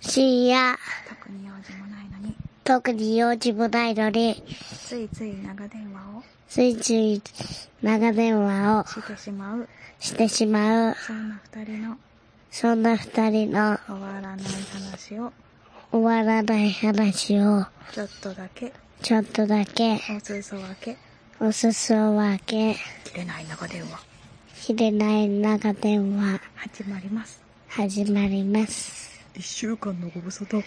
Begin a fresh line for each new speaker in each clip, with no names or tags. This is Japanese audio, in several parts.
深夜、
特に用事もないのに、
特に用事もないのに、
ついつい長電話を
ついつい長電話を
してしまう、
してしまう、
そんな二人の
そんな二人の
終わらない話を、
終わらない話を、
ちょっとだけ、
ちょっとだけ、
お裾分け、
おすそ分け、
切れない長電話、
切れない長電話、
始まります。
始まります。
一週間のご無沙汰、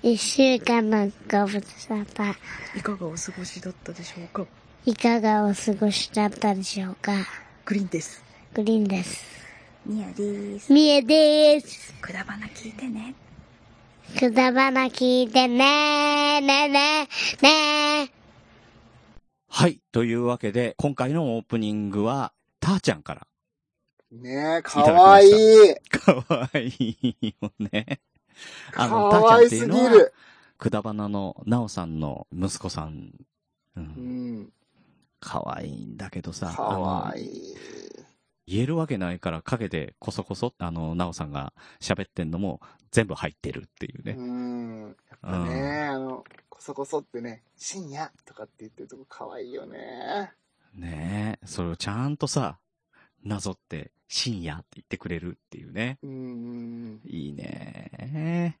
一週間のご無沙汰、
いかがお過ごしだったでしょうか
いかがお過ごしだったでしょうか
グリーンです。
グリーンです。
ニアです。
みえです。
くだばな聞いてね。
くだばな聞いてねー、ねーねー、ね
はい。というわけで、今回のオープニングは、たーちゃんから。
ねえ、かわいい。
かわいいよね。
か
たー
わいすぎる。。
くだばなのなおさんの息子さん。う。
うんん。
かわいいんだけどさ。
かわ
い。
いい。
言えるわけないから陰でこそこそ、あの、なおさんが喋ってんのも全部入ってるっていう
う
ね。
ん。やっぱね、あの、こそこそってね、深夜とかって言ってるとこかわいいよね。
ねえ。それをちゃんとさ、なぞって深夜って言ってくれるっていうね。
うん。
いいね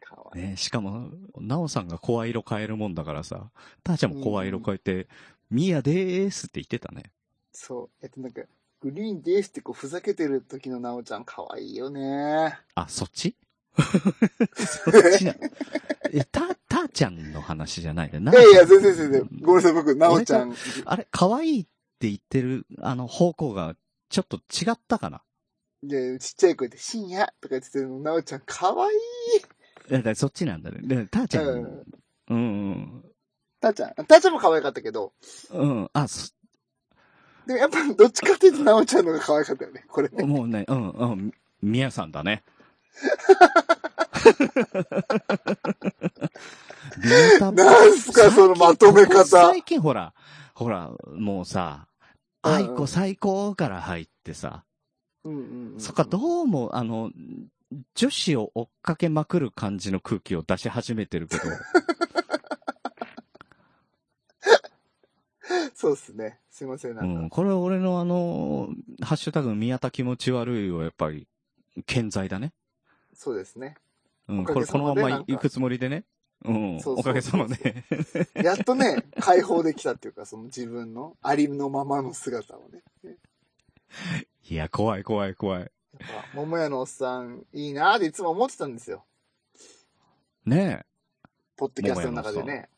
かわいい。
ね、しかも、なおさんが声色変えるもんだからさ、たーちゃんも声色変えて、みやでーすって言ってたね。
そう。えっと、なんか、グリーンですってこう、ふざけてる時のなおちゃんかわいいよね。
あ、そっちそっち な。え、た、たーちゃんの話じゃないで。ない
やいや、全然全然。ごめんなさい、僕、なおちゃん。
あれ、可愛いって言ってる、あの、方向が、ちょっと違ったかな。
いや、ちっちゃい声で、深夜とか言ってたの、なおちゃんかわいい。
いやだからそっちなんだね。だからたーちゃん。
う
うん
ん、
うん、
たーちゃん。たーちゃんも可愛かったけど、
うん。あ、そ
でもやっぱどっちかっていうと、なおちゃんの方が可愛かったよね、これね。
もうね、うん、うん、みやさんだね。ビータ
なんすかそのまとめ
最近
方
最近ほら、ほら、もうさ、
うんうん
愛子最高から入ってさ、
うんうんうん
そっか、どうも、あの、女子を追っかけまくる感じの空気を出し始めて るけど、
そうっすね。すいません、な
うん
か。
ん、これは俺のあの、ハッシュタグ宮田気持ち悪いはやっぱり、健在だね。
そうですね。
うん、
お
これ
かげ
こ
さ
の
まで
ま
なん
ま
か
行くつもりでね。うん、
そうそうそう
おかげさまで。
やっとね、 解放できたっていうか、その自分のありのままの姿をね。
いや、怖い怖い怖い。
やっぱ、桃屋のおっさん、いいなーっていつも思ってたんですよ。
ね
ポッドキャストの中でね。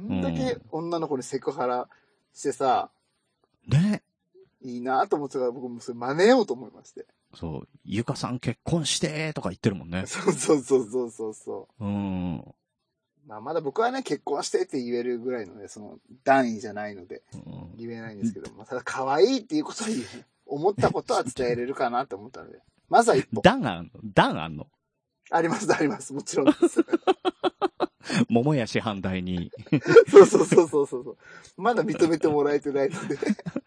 屋のおっ
ん
さん
だけ女の子にセクハラしてさ、
え。ね
いいなーと思ってたから、僕もそれ真似ようと思い まして。
え。そう、ゆかさん結婚してとか言ってるもんね。
そうそうそうそうそうそう。
うん。
まあ、まだ僕はね、結婚してって言えるぐらいのね、その、段位じゃないので、言えないんですけど、まあ、ただ、可愛いっていうことに、思ったことは伝えれるかなと思ったので、まずは一歩。
段があんの段あんの
あります、あります、もちろんです。
桃屋師範代に。
そうそうそうそうそうそう。まだ認めてもらえてないので。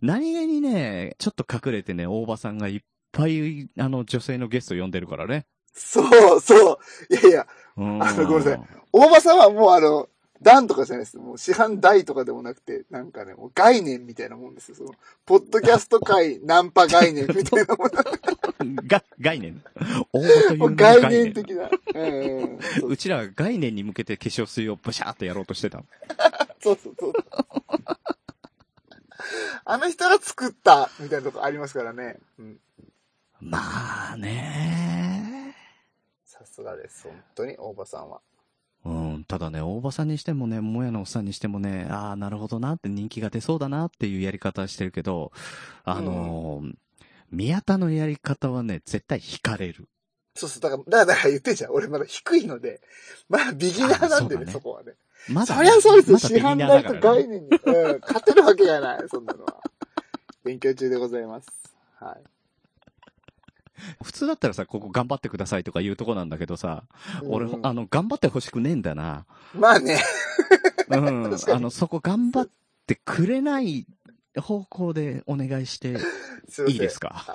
何気にね、ちょっと隠れてね、大場さんがいっぱい、あの、女性のゲスト呼んでるからね。
そうそう。いやいや、
うん。
あごめんなさい。大場さんはもうあの、段とかじゃないです。もう市販代とかでもなくて、なんかね、もう概念みたいなもんですよ。その、ポッドキャスト界ナンパ概念みたいな もん。
が、概念。大場とい
も
う
う
名の
概
概
念
念。
的な。うんうん。そう
うちらは概念に向けて化粧水をブシャーってやろうとしてたの。
そうそうそう。あの人が作ったみたいなとこありますからね。うん。
まあね。
さすがです。本当に、大場さんは。
うん、ただね、大場さんにしてもね、もやのおっさんにしてもね、ああ、なるほどなって人気が出そうだなっていうやり方してるけど、あのー宮田のやり方はね、絶対惹かれる。
そうそう、だから、だからだから言ってんじゃん。俺まだ低いので、まだビギナーなんでね、
あそうだ
そ
ね
こはね。
まだ
そ
ね、
りゃそうですよ。
ま
市
だビギナ
販
ー
代
だか
と
らね、
概念に。うん、勝てるわけがない、そんなのは。勉強中でございます。はい。
普通だったらさ、ここ頑張ってくださいとか言うとこなんだけどさ、俺
う、ん
あの、頑張ってほしくねえんだな。
まあね、
うん。
確かに
あの、そこ頑張ってくれない方向でお願いして
すいません。
いいですか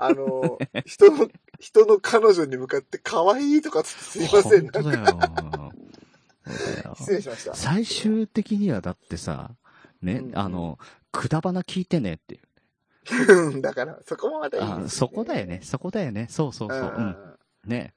あの、人の、人の彼女に向かって可愛いとかつってすいません。
本当だよ。そうだよ
失礼しました。
最終的にはだってさ、ね
う、ん
あの、くだばな聞いてねっていう。
うんだから、そこもまたいいですよ
あ
ね
そこだよね、。そこだよね。そうそう
う
そう。うん。
ん。
ね。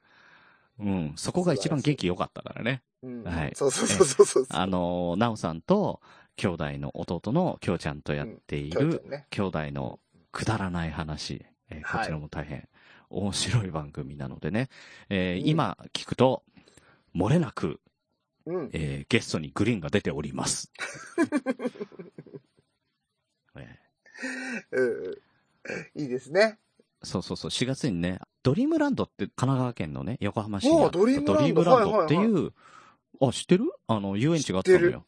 うん。そこが一番元気良かったからね。
うん
はい
そうそうそうそうそう。
あの、なおさんと、兄弟の弟のきょうちゃんとやってい
京
る
都、ね、
兄弟のくだらない話、えー
はい
こちらも大変面白い番組なのでね、えー
うん
今聞くと、漏れなく、
うん。
えーゲストにグリーンが出ており ます。えー
うんいいですね。
そうそうそう、4月にね、ドリームランドって神奈川県のね、横浜市に
おう
あったド
ド
リ
リ
ー
ー
ム
ム
ラ
ラ
ン
ン
ド
ド
って
はい
い
は
う、あ、知ってるあの、遊園地があったの
知って
よ。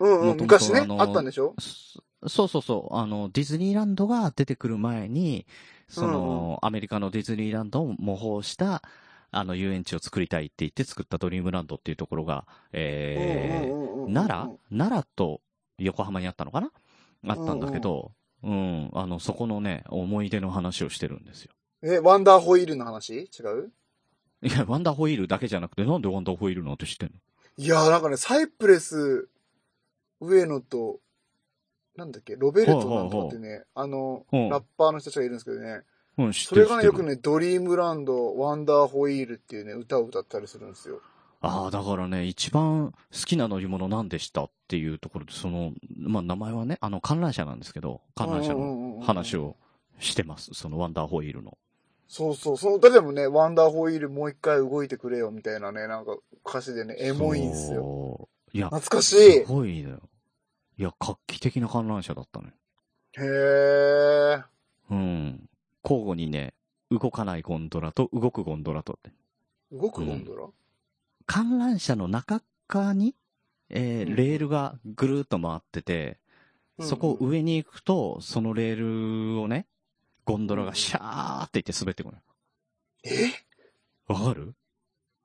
うん
も
うん。
ともと
昔ね
あ、の
あったんでしょ
そそうそうそう、あの、ディズニーランドが出てくる前に、その、アメリカのディズニーランドを模倣した、あの、遊園地を作りたいって言って作ったドリームランドっていうところが、えー、奈良奈良と横浜にあったのかなあったんだけど、うん、あの、そこのね、思い出の話をしてるんですよ。
良え、ワンダーホイールの話違う
いや、ワンダーホイールだけじゃなくて、なんでワンダーホイールなんて知ってんの
いやー、なんかね、サイプレス、上野と、なんだっけ、ロベルトなんとかってね、あの、
うん
ラッパーの人たちがいるんですけどね、
うん、知っ
そ
てる。
れがね、
知っ
よ
て
く
る
ね、ドリームランド、ワンダーホイールっていうね、歌を歌ったりするんですよ。
ああ、だからね、一番好きな乗り物なんでしたっていうところで、その、まあ、名前はね、あの、観覧車なんですけど、観覧車の
の
話。をしてます。そのワンダーホイールの。
そうそう、その歌でもね、ワンダーホイールもう一回動いてくれよみたいなね、なんか歌詞でね、エモいんですよ。
よ。いや、
懐かしい。
す
へ
ごいのよ。いや、画期的な観覧車だったね。
ー。
うん。交互にね、動かないゴンドラと動くゴンドラとって。
動くゴンドラ、
観覧車の中側に、えー
うん
レールがぐるーっと回ってて、そこを
うんうん
上に行くと、そのレールをね、ゴンドラがシャーっていって滑ってくる。
え
わかる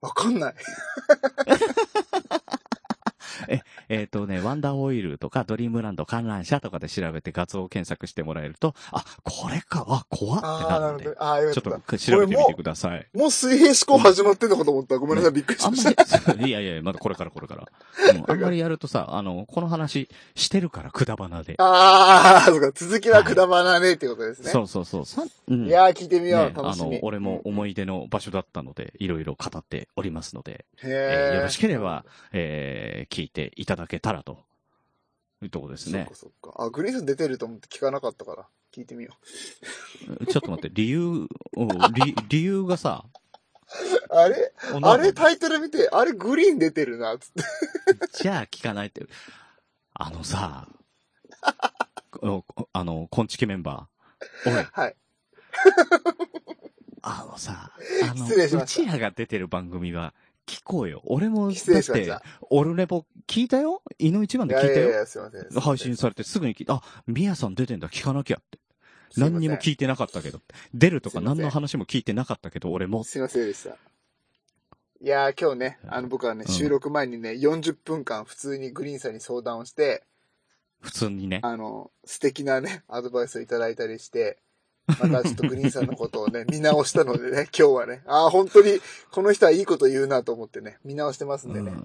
わかんない。
えっ、とね、ワンダーオイルとかドリームランド観覧車とかで調べて画像を検索してもらえると、あ、これか、あ、怖っって
あ
な
あ、な
るんで、
るほど。ああ、よ
ち
か
ょ
っ。
ったと調べてみてください。
もう水平思考始まってんのかと思った。ごめんなさい、びっくりし
あん
まし
ま
た。
り、いやいや、まだこれからこれから。うん、あんまりやるとさ、あの、この話してるから、くだばなで。
ああ、そうか。続きはくだばなねっていうことですね。
そうそうそう。さうん
いやー、聞いてみよう。
ね、
楽
あ
しみ。
の、俺も思い出の場所だったので、いろいろ語っておりますので、え
へ
ー
ー
よろしければ、えー聞いていただけたらと、いうとこですね。
そっかそっか。あ、グリーンさん出てると思って聞かなかったから、聞いてみよ
ちょっと待って、理由、お 理理由がさ、
う。あれ
お
あれ
なんか
タイトル見て、あれグリーン出てるな、つって。
じゃあ聞かないって。あのさ、おあの、コンチキメンバー、おい、
はい。
あのさ、あの、
失礼し
う
ました
ちらが出てる番組は聞こうよ。俺も、
失
だ
礼
っ
しましてた、
オルネポ聞いたよ胃の一番
い
で
や
聞い
い
た
やい
よ。
や、すいません。
配信されてすぐに聞いて、あ、ミヤさん出てんだ、聞かなきゃって。
すいません
何にも聞いてなかったけど。出るとか
すいま
何
せん
の話も聞いてなかったけど、俺も。
すいませんでした。いやー、今日ね、あの、僕はね、
うん
収録前にね、40分間普通にグリーンさんに相談をして、
普通にね。
あの、素敵なね、アドバイスをいただいたりして、またちょっとグリーンさんのことをね、 見直したのでね、今日はね、ああ、本当に、この人はいいこと言うなと思ってね、見直してますんでね。
うん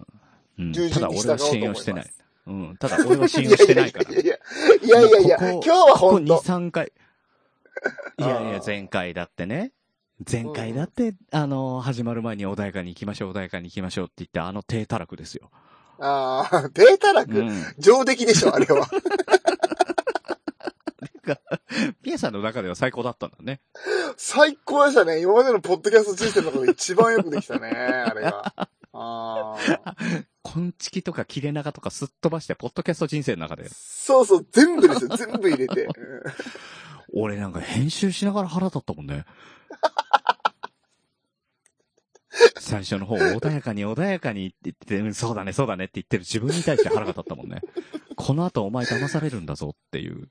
うん
従
ただ
順に
俺
従お
は
うと
信
思い
用
ます。
してない。うん。ただ俺は信用してないから。
いやいやいやいや、いやいやいや
ここ
今日は
ここ
本
2、
当
3回。 いやいや
あ、ー
前回だってね。前回だって、あの、始まる前に穏やかに行きましょう、穏やかに行きましょうって言って、あの低たらくですよ。
ああ、データ楽、
うん。
上出来でしょ、あれは。
ピエさんの中では最高だったんだね。
最高でしたね。今までのポッドキャスト人生の中で一番よくできた ね、あれが。ああ。
コンチキとか切れ長とかすっ飛ばして、ポッドキャスト人生の中で。
そうそう、全部 ですよ、全部入れて。うん
俺なんか編集しながら腹立ったもん ね。最初の方、穏やかに穏やかにって言って、うん、そうだね、そうだねって言ってる自分に対して腹が立ったもんね。この後お前騙されるんだぞっていう。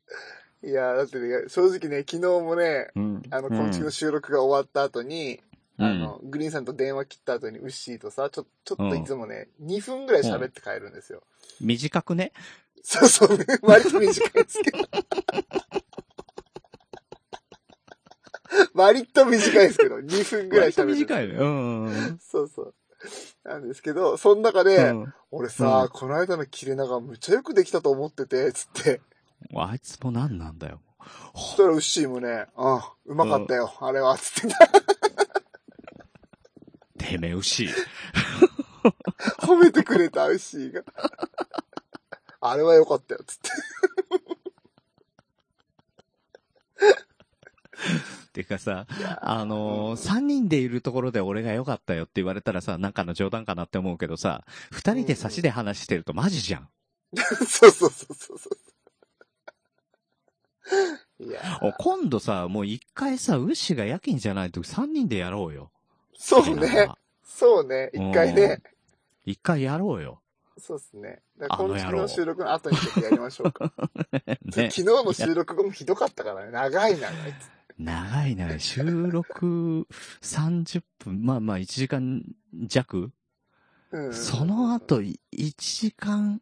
いやー、だってね、正直ね、昨日もね、
うん。
あの、この次の収録が終わった後に、
うん
あの、グリーンさんと電話切った後に、ウッシーとさ、ちょ、ちょっといつもね、2分ぐらい喋って帰るんですよ。
短くね。
そうそう、割と短いです けど。割と短いですけど、2分ぐらい
割と
喋る。い。
短いね。うんうんうん。
そうそう。なんですけど、その中で、
うん
俺さ、
うん
この間の切れ長むっちゃよくできたと思ってて、つって。
あいつも何なんだよ。
そしたらウッシーもね、あうまかったよ、あれは、つって
てめえ牛。
褒めてくれた、ウッシーが。あれはよかったよ、つって。
てかさ、あのー、三人でいるところで俺が良かったよって言われたらさ、なんかの冗談かなって思うけどさ、二人で差しで話してるとマジじゃん。
そうそうそうそうそう。いやー、
お今度さ、もう一回さ、ウッシーが夜勤じゃないと三人でやろうよ。
そう
みんな
ね
が。。
そうね。一回ね。
一回やろうよ。
そうですね。だか
あ
ら
の野
今週
郎
の収録の後にちょっとやりましょうか。
ね
昨日の収録後もひどかったからね。長い長いっつって。
長い長い。収録30分、まあまあ1時間弱
うん
その。後、い1時間、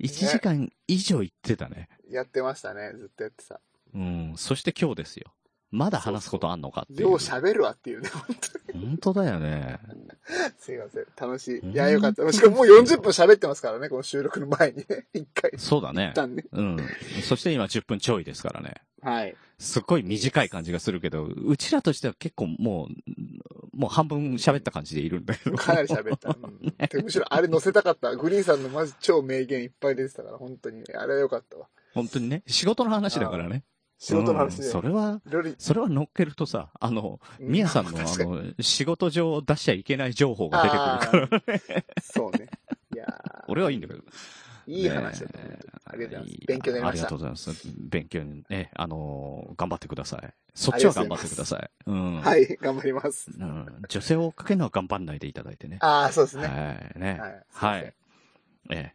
1時間以上行ってたね。
やってましたね。ずっとやってた。
うん。そして今日ですよ。まだ話すことあんのかってい
よう
う。
喋るわっていうね。 本
本当だよね。
当にすいません。楽し
うん
い。いや、よかった。しかももう40分喋ってますからね。この収録の前にね。 一回。
そうだね
一。旦ね。
うん。そして今10分ちょいですからね。
はい。
すっごい短い感じがするけど、うちらとしては結構もう、もう半分喋った感じでいるんだけど。
かなり喋った。うんでむしろあれ載せたかった。グリーンさんのマジ超名言いっぱい出てたから、本当に。あれはよかったわ。
本当にね、仕事の話だからね。
仕事の話
う
で。
んそれは、
いろいろ
それは乗っけるとさ、あの、
うん
みやさんのあ
確かに
の、仕事上出しちゃいけない情報が出てくるから、
そうね。いやー
俺はいいんだけど。
いい話だと思う
ねえ
ありがとうござい
や
ます勉強になりました
ありがとうございます。勉強に、え、あのー頑張ってください。そっちは頑張ってください。うん。。
はいい、頑張ります。
うん。女性を追っかけるのは頑張んないでいただいてね。
ああ、そうですね。
はい。ね。
は
はいい。
すいま
ええ。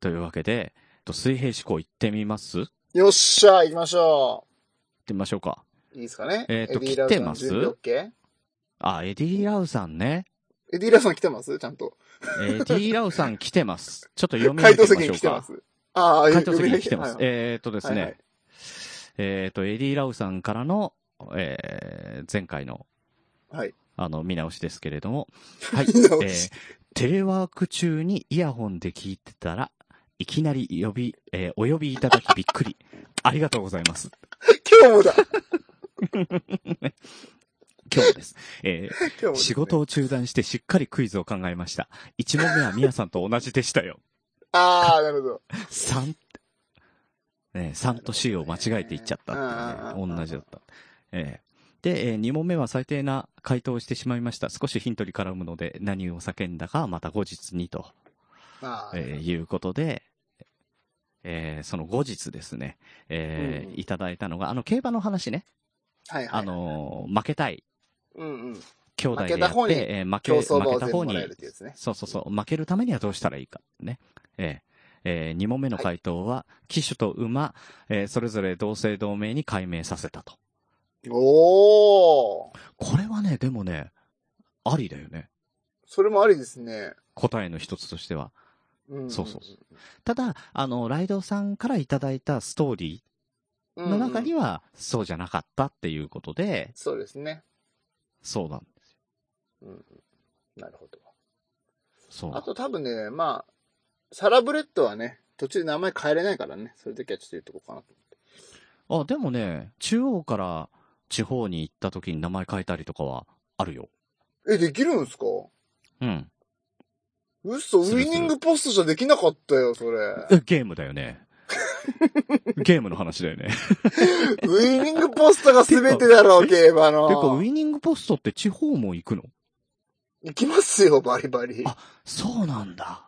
というわけで、と水平思考行ってみます行っ
よっしゃ、行きましょ
てみましょうか。
う。いいですかね。
えーと
エディラウ
来て
さん
ます
準備 OK?
あ、エディ・ラウさん ね。
エディラウさん来てますちゃんと。
エディ・ラウさん来てます。ちょっと読み上
回
げて
答
みま
席
しょ
に
う
来てま
か。
す。ああ、
回答席に来て
読み上げ
ます。
はい
えっとです
はいは
ね
い。
えっと、エディ・ラウさんからの、えー前回の
はい。
あの、見直しですけれども。はい。え
見直し
ー、テレワーク中にイヤホンで聞いてたら、いきなり呼び、えーお呼びいただきびっくり。 ありがとうございます。
今日もだ。
今日です。えー
今日もですね
仕事。を中断してしっかりクイズを考えました。1問目はミヤさんと同じでしたよ。
ああ、なるほど。
3ね、3と C を間違えて言っちゃったっていう
うんうんうんう
ね、
ん
同じだった。ええで、え2問目は最低な回答をしてしまいました。少しヒントに絡むので、何を叫んだかはまた後日にと。
ああ、
えーいうことで、えーその後日ですね、えー
うんうん
いただいたのが、あの、競馬の話ね、
はいはい。
あ、のー負けたい、
うんうん。
兄弟で
負け
や
た
っ
方に
て、えー負け
競争場
負
を
けた
全
方
部も
に
らえるってやつね。
そうそうそう、負けるためにはどうしたらいいか、ね。ええ2問目の回答は、騎手と馬、えーそれぞれ同姓同名に改名させたと。
おー。
これはね、でもね、ありだよね。
それもありですね。
答えの一つとしては。
うんん
そうそうそただ、あの、ライドウさんからいただいたストーリ
う
ー
んうん。
の中には、そうじゃなかったっていうことで、
そうですね。
そうなん
うんうん。なるほど。
そう。
あと多分ね、まあ、サラブレッドはね、途中で名前変えれないからね、そういう時はちょっと言っとこうかなと。
あ、でもね、中央から地方に行った時に名前変えたりとかはあるよ。
え、できるんすか
うん。
嘘、ウ
するする
ィニングポストじゃできなかったよ、それ。
えゲームだよ ね。ゲームの話だよね。
ウィニングポストが全てだろう、競馬
てか、ウ
の。
ィニングポストって地方も行くの
行きますよ、バリバリ。
あそうなんだ。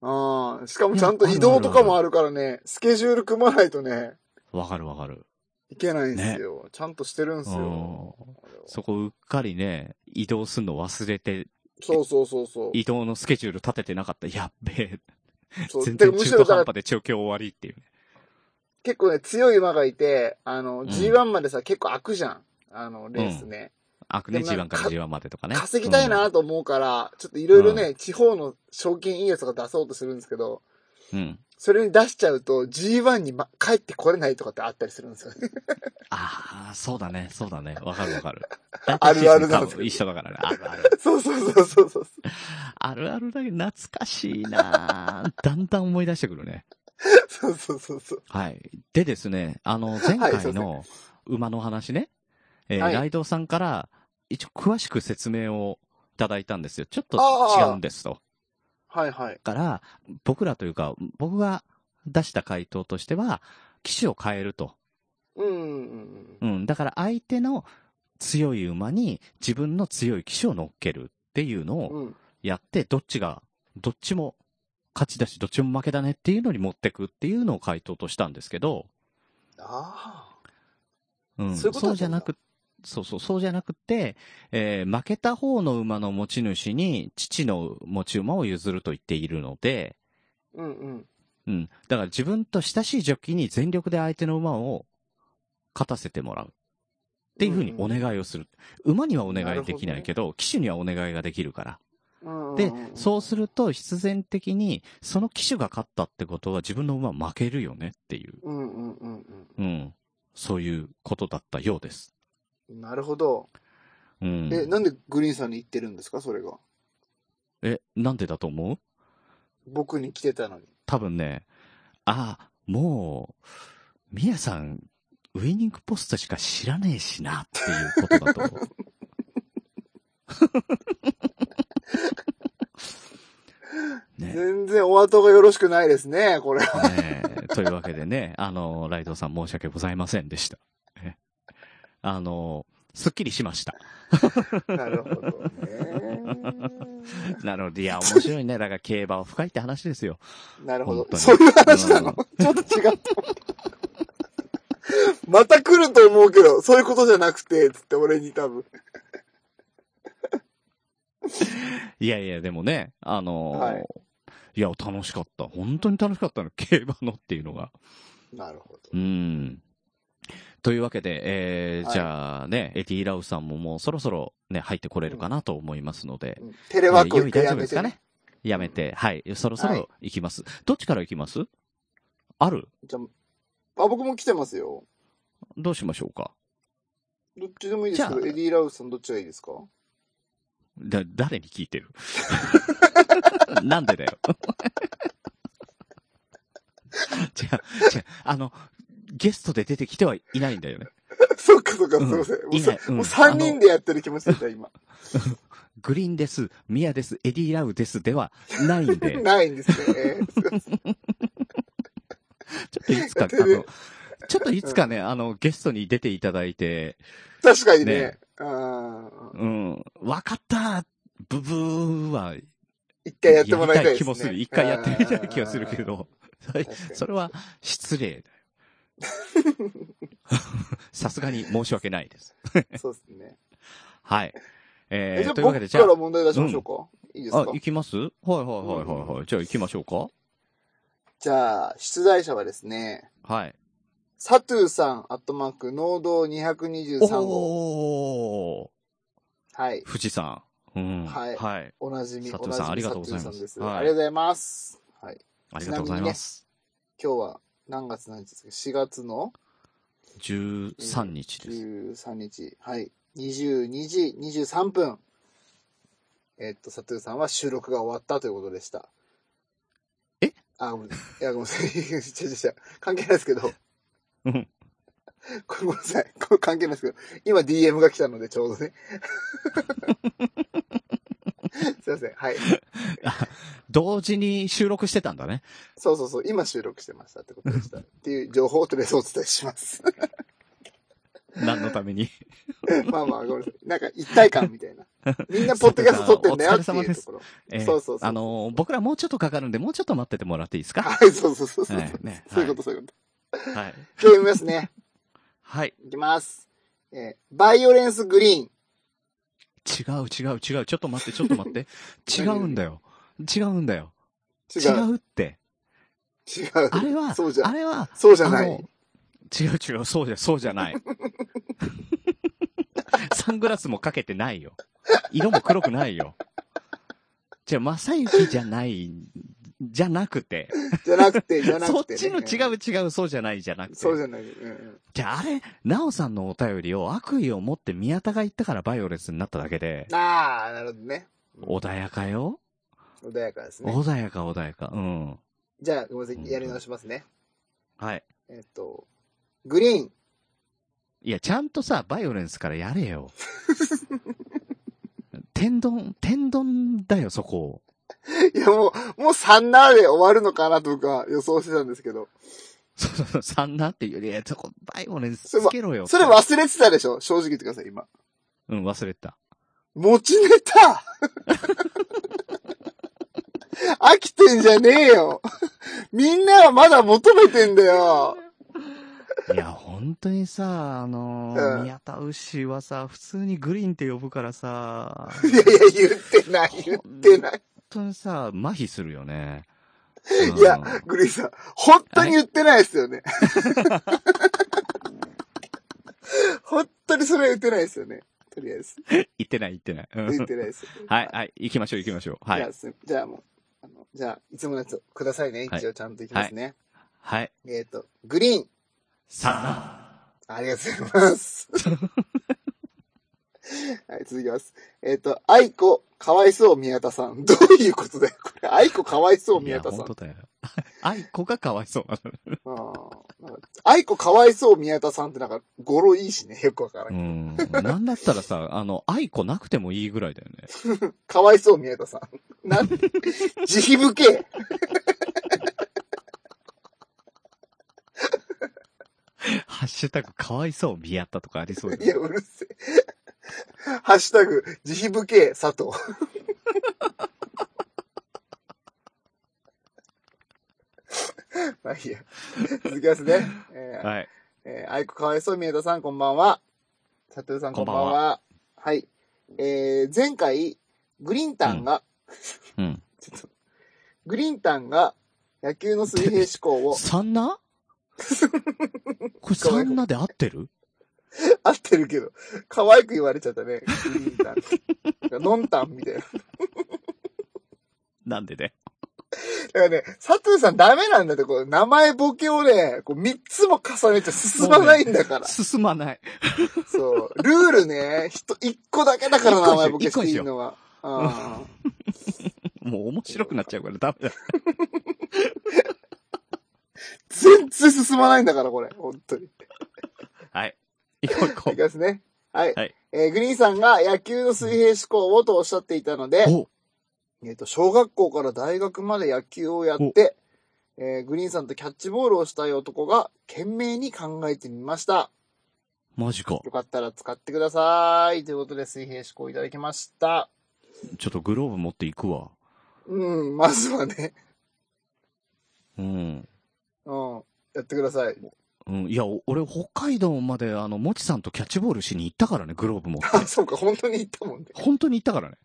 ああ、しかもちゃんと移動とかもあるからね、スケジュール組まないとね、
わかるわかる。
いけないんすよ。ちゃんとしてるんすよ。
うんそこうっかりね、移動すんの忘れて、
そうそうそうそう。
移動のスケジュール立ててなかった。やっべ
そ
え。
う
全
て
然
かむ
中
し
途
ろだか
半
ら
端で調教終わりっていうね。
結構ね、強い馬がいて、あの、
ん
G1 までさ、結構開くじゃん。あの、レースね。
あくね、
でもなん
G1
か
から G1 までとかね。
稼ぎたいなと思うから、ちょっといろいろね、地方の賞金いいやつが出そうとするんですけど、
うん。
それに出しちゃうと G1 に、ま、帰ってこれないとかってあったりするんですよね。
ああ、そうだね、そうだね。わかるわか る。だ
あるあるなんですよ
多分一緒だからね。あるある。
そうそうそうそうそう。
あるあるだけど懐かしいなーだんだん思い出してくるね。
そうそうそうそう。
はい。でですね、あの、前
はいすい
回
ません
の馬の話ね、えー
はい
ライドウさんから、一応詳しく説明をいただいたんですよ。ちょっと
あー
違うんですと。
はいはい。
だから、僕らというか、僕が出した回答としては、騎手を変えると。
うんうんうん
うん。だから相手の強い馬に自分の強い騎手を乗っけるっていうの
う
を
ん。うん。
やって、どっちが、どっちも勝ちだし、どっちも負けだねっていうのに持ってくっていうのを回答としたんですけど、
あ
うん、
そういうことだ
そう
ったんだ
じゃなく、そうそう、そうじゃなくて、えー負けた方の馬の持ち主に父の持ち馬を譲ると言っているので、
あ。うんうん。
うん。だから自分と親しいジョッキーに全力で相手の馬を勝たせてもらう。っていうふうにお願いをする。馬にはお願いできないけど、騎手にはお願いができるから。
うんうん
で、そうすると必然的に、その騎手が勝ったってことは自分の馬は負けるよねっていう、
うんうんうんうん
うん。そういうことだったようです。
うん。なるほど。
うん。
え、なんでグリーンさんに言ってるんですかそれが。
え、なんでだと思う
僕に来てたのに。
多分ね、ああ、もう、みやさん、ウイニングポストしか知らねえしな、っていうことだと思 う。ね
全然お後がよろしくないですね、こ れ。
ねえというわけでね、あの、ライドさん申し訳ございませんでした。ねあの、すっきりしました。
なるほどね。
なので、いや、面白いね。だから競馬は深いって話ですよ。
なるほ
本当
ど。
に
そういう話なの、ちょっと違った。また来ると思うけど、そういうことじゃなくて、つって俺に多分。
いやいや、でもね、あの、
はい
いや、楽しかった。本当に楽しかったの、競馬のっていうのが。
なるほど。
うん。というわけで、えー
はい
じゃあね、エディ・ラウさんももうそろそろね、入ってこれるかなと思いますので。
うんテレ
え
ワ
ー
ークを
用意
一回
大丈
や
夫
め
で
て
すかねやめて、はい、そろそ
はい
ろ行きます。どっちから行きますある
じゃあ、あ僕も来てますよ。
どうしましょうか
どっちでもいいですけど、
じゃあ
エディ・ラウスさんどっちがいい ですか
だ、誰に聞いてる なんでだよ。 じゃあ、じゃあ、あの、ゲストで出てきてはいないんだよね。
そっかそっか、
うん
すいません。もう
いない
さ
うん
もう3人でやってる気持ちだった、今。
グリーンです、ミアです、エディ・ラウですではない んで。
ないんですね。えーすいません
ちょっといつか、あ
テレ
の、ちょっといつかね、あの、ゲストに出ていただいて、
確かにね
ね。
うん
うん、わかったブブーは、
一回やってもらいたいです、ね。
やり気もする。一回やってみたい気がするけ
うん。
ど、それ
確かに
それは失礼だよ。 さすがに申し訳ないです。
そうですね。
はい。
え
え
じゃ
ー、
あ
というわけで、
僕
じ
か
ゃあ
ら、問題出しましょうか。いいです
あ
か、
行きますはいはいはいはいはい。じゃあ行きましょうか
じゃあ、出題者はですね、
はい。
サトゥーさん、アットマーク、農道223号。
おー
はい。
富士山。うん。
はい
はい。
おなじみ、
サ
お
トゥー
な
さん
じみ
ありがとうございます
サトゥーさんです、
はい
ありがとうございます。はい。
ありがとうございます。
今日は何月何日ですか ?4 月の
13日です。
13日。はい。22時23分。えっと、サトゥーさんは収録が終わったということでした。
え
あ、ごめんなさい。いや、ごめんなさい。 違う違う違う関係ないですけど。
うん。
これごめんなさい。これ関係ないですけど、今 DM が来たのでちょうどね。 すいません。はい。
同時に収録してたんだね。
そうそうそう。今収録してましたってことでした。っていう情報をとりあえずお伝えします。
何のため に。
まあまあ、ごめんなさい。なんか一体感みたい な。みんなポッドキャスト撮ってんだよって
お疲れ様
い
で
う
す
ところ。
えー
そうそうそう
あのー僕らもうちょっとかかるんで、もうちょっと待っててもらっていいですか
はい、そうそうそうそう。
ええね
そういうこと、そういうこと。
はい。
今日読みますね。
はい。
いきます。えーバイオレンスグリーン。
違う違う違う。ちょっと待って、 ちょっと待って。違うんだよ。違うんだよ。違
違う。
うって。
違う。
あれは、
そうじゃ
あ、れは、
そうじゃな
あ
い
の。違う違う、そうじゃ、そうじゃ ない。サングラスもかけてないよ。色も黒くないよ。じゃあ、まさゆきじゃないんじゃなくて、
じゃなくて、じゃなくて、
そっちの違
う
う違う、そうじゃないじゃなく
ん。
て。
そうじゃない。うんうん。
じゃあ、あれ、なおさんのお便りを悪意を持って宮田が言ったからバイオレンスになっただけで、
ああ、なるほどね。
穏やかよ、
穏やかですね。
穏やか穏やか。うん。
じゃあ、ごめんなさい。やり直しますね。
はい。
えっと、グリーン。
いや、ちゃんとさ、バイオレンスからやれよ。 天丼、天丼だよ、そこ。
いや、もう、もう3なーで終わるのかなと僕は予想してたんですけど。
そうそうそう、サンナっていうより、いやそこ、バイオレンスつけろよ。
それ忘れてたでしょ正直言ってください、今。
うん、忘れてた。
持ちネタ 飽きてんじゃねえよみんなはまだ求めてんだよ
いや、本当にさ、あのー
うん
宮田牛はさ、普通にグリーンって呼ぶからさ、
いやいや、言ってない、言ってない。
本当にさ、麻痺するよね。
いや
うん、
グリーンさん、本当に言ってないですよね。 本当にそれは言ってないですよね。とりあえず。
言ってない言ってない。うん
言ってないですよね。
はい、はい、行きましょう行きましょう。は
じゃあ
い。
すじゃあもう、あのじゃあ、いつものやつくださいね。
はい
一応ちゃんといきますね。
はい。
えっ、と、グリーン。
さ
ありがとうございます。 はい、続きます。えっ、と、愛子、かわいそう、宮田さん。ど ういうことだよ、これ。愛子、かわいそう、
あ。い
宮
や、
田さん。
本当だよ。愛子がかわいそうなのね
あーなんか愛子、かわいそう、宮田さんってなんか、語呂いいしね。よくわから
う
ん。
ん。なんだったらさ、あの、愛子なくてもいいぐらいだよね。
かわいそう、宮田さん。なんで、 慈悲深え。
ハッシュタグかわいそう宮田とかありそうだよ
いや、うるせえ。ハッシュタグ、慈悲深え、佐藤。まあいいや。続きますね。えー
はい。
えー、愛子かわいそう、宮田さん、こんばんは。佐藤さん、こ
こん
んば
ば
ん
ん
は。
は
はい。えー、前回、グリンタンが、
うん。
ちょっと、グリンタンが、野球の水平思考 を、
サン ナこれサンナで合ってる
合ってるけど、可愛く言われちゃったね、グリンタン。 なんかノンタンみたいな。
なんでね。
だからね、佐藤さんダメなんだって、こう、名前ボケをね、こう、三つも重ねちゃ進まないんだから。
進まない。
そう。ルールね、人、一個だけだから
一個にしよう
名前ボケしていいのは。うん
もう面白くなっちゃうからダメだ。
全然進まないんだから、これ。本当に。
はい。行こう行こ
いきますね。はい。
はい
えーグリーンさんが野球の水平思考をとおっしゃっていたので
う。、お
えっと、小学校から大学まで野球をやって、えーグリーンさんとキャッチボールをしたい男が懸命に考えてみました。
マジか。
よかったら使ってください。ということで、水平思考いただきました。
ちょっとグローブ持っていくわ。
うん、まずはね、
うん。
うん、やってください。
うん。いや、お俺、北海道まで、あの、もちさんとキャッチボールしに行ったからね、グローブ持って。
あ、そうか、本当に言ったもんね。
本当に行ったからね。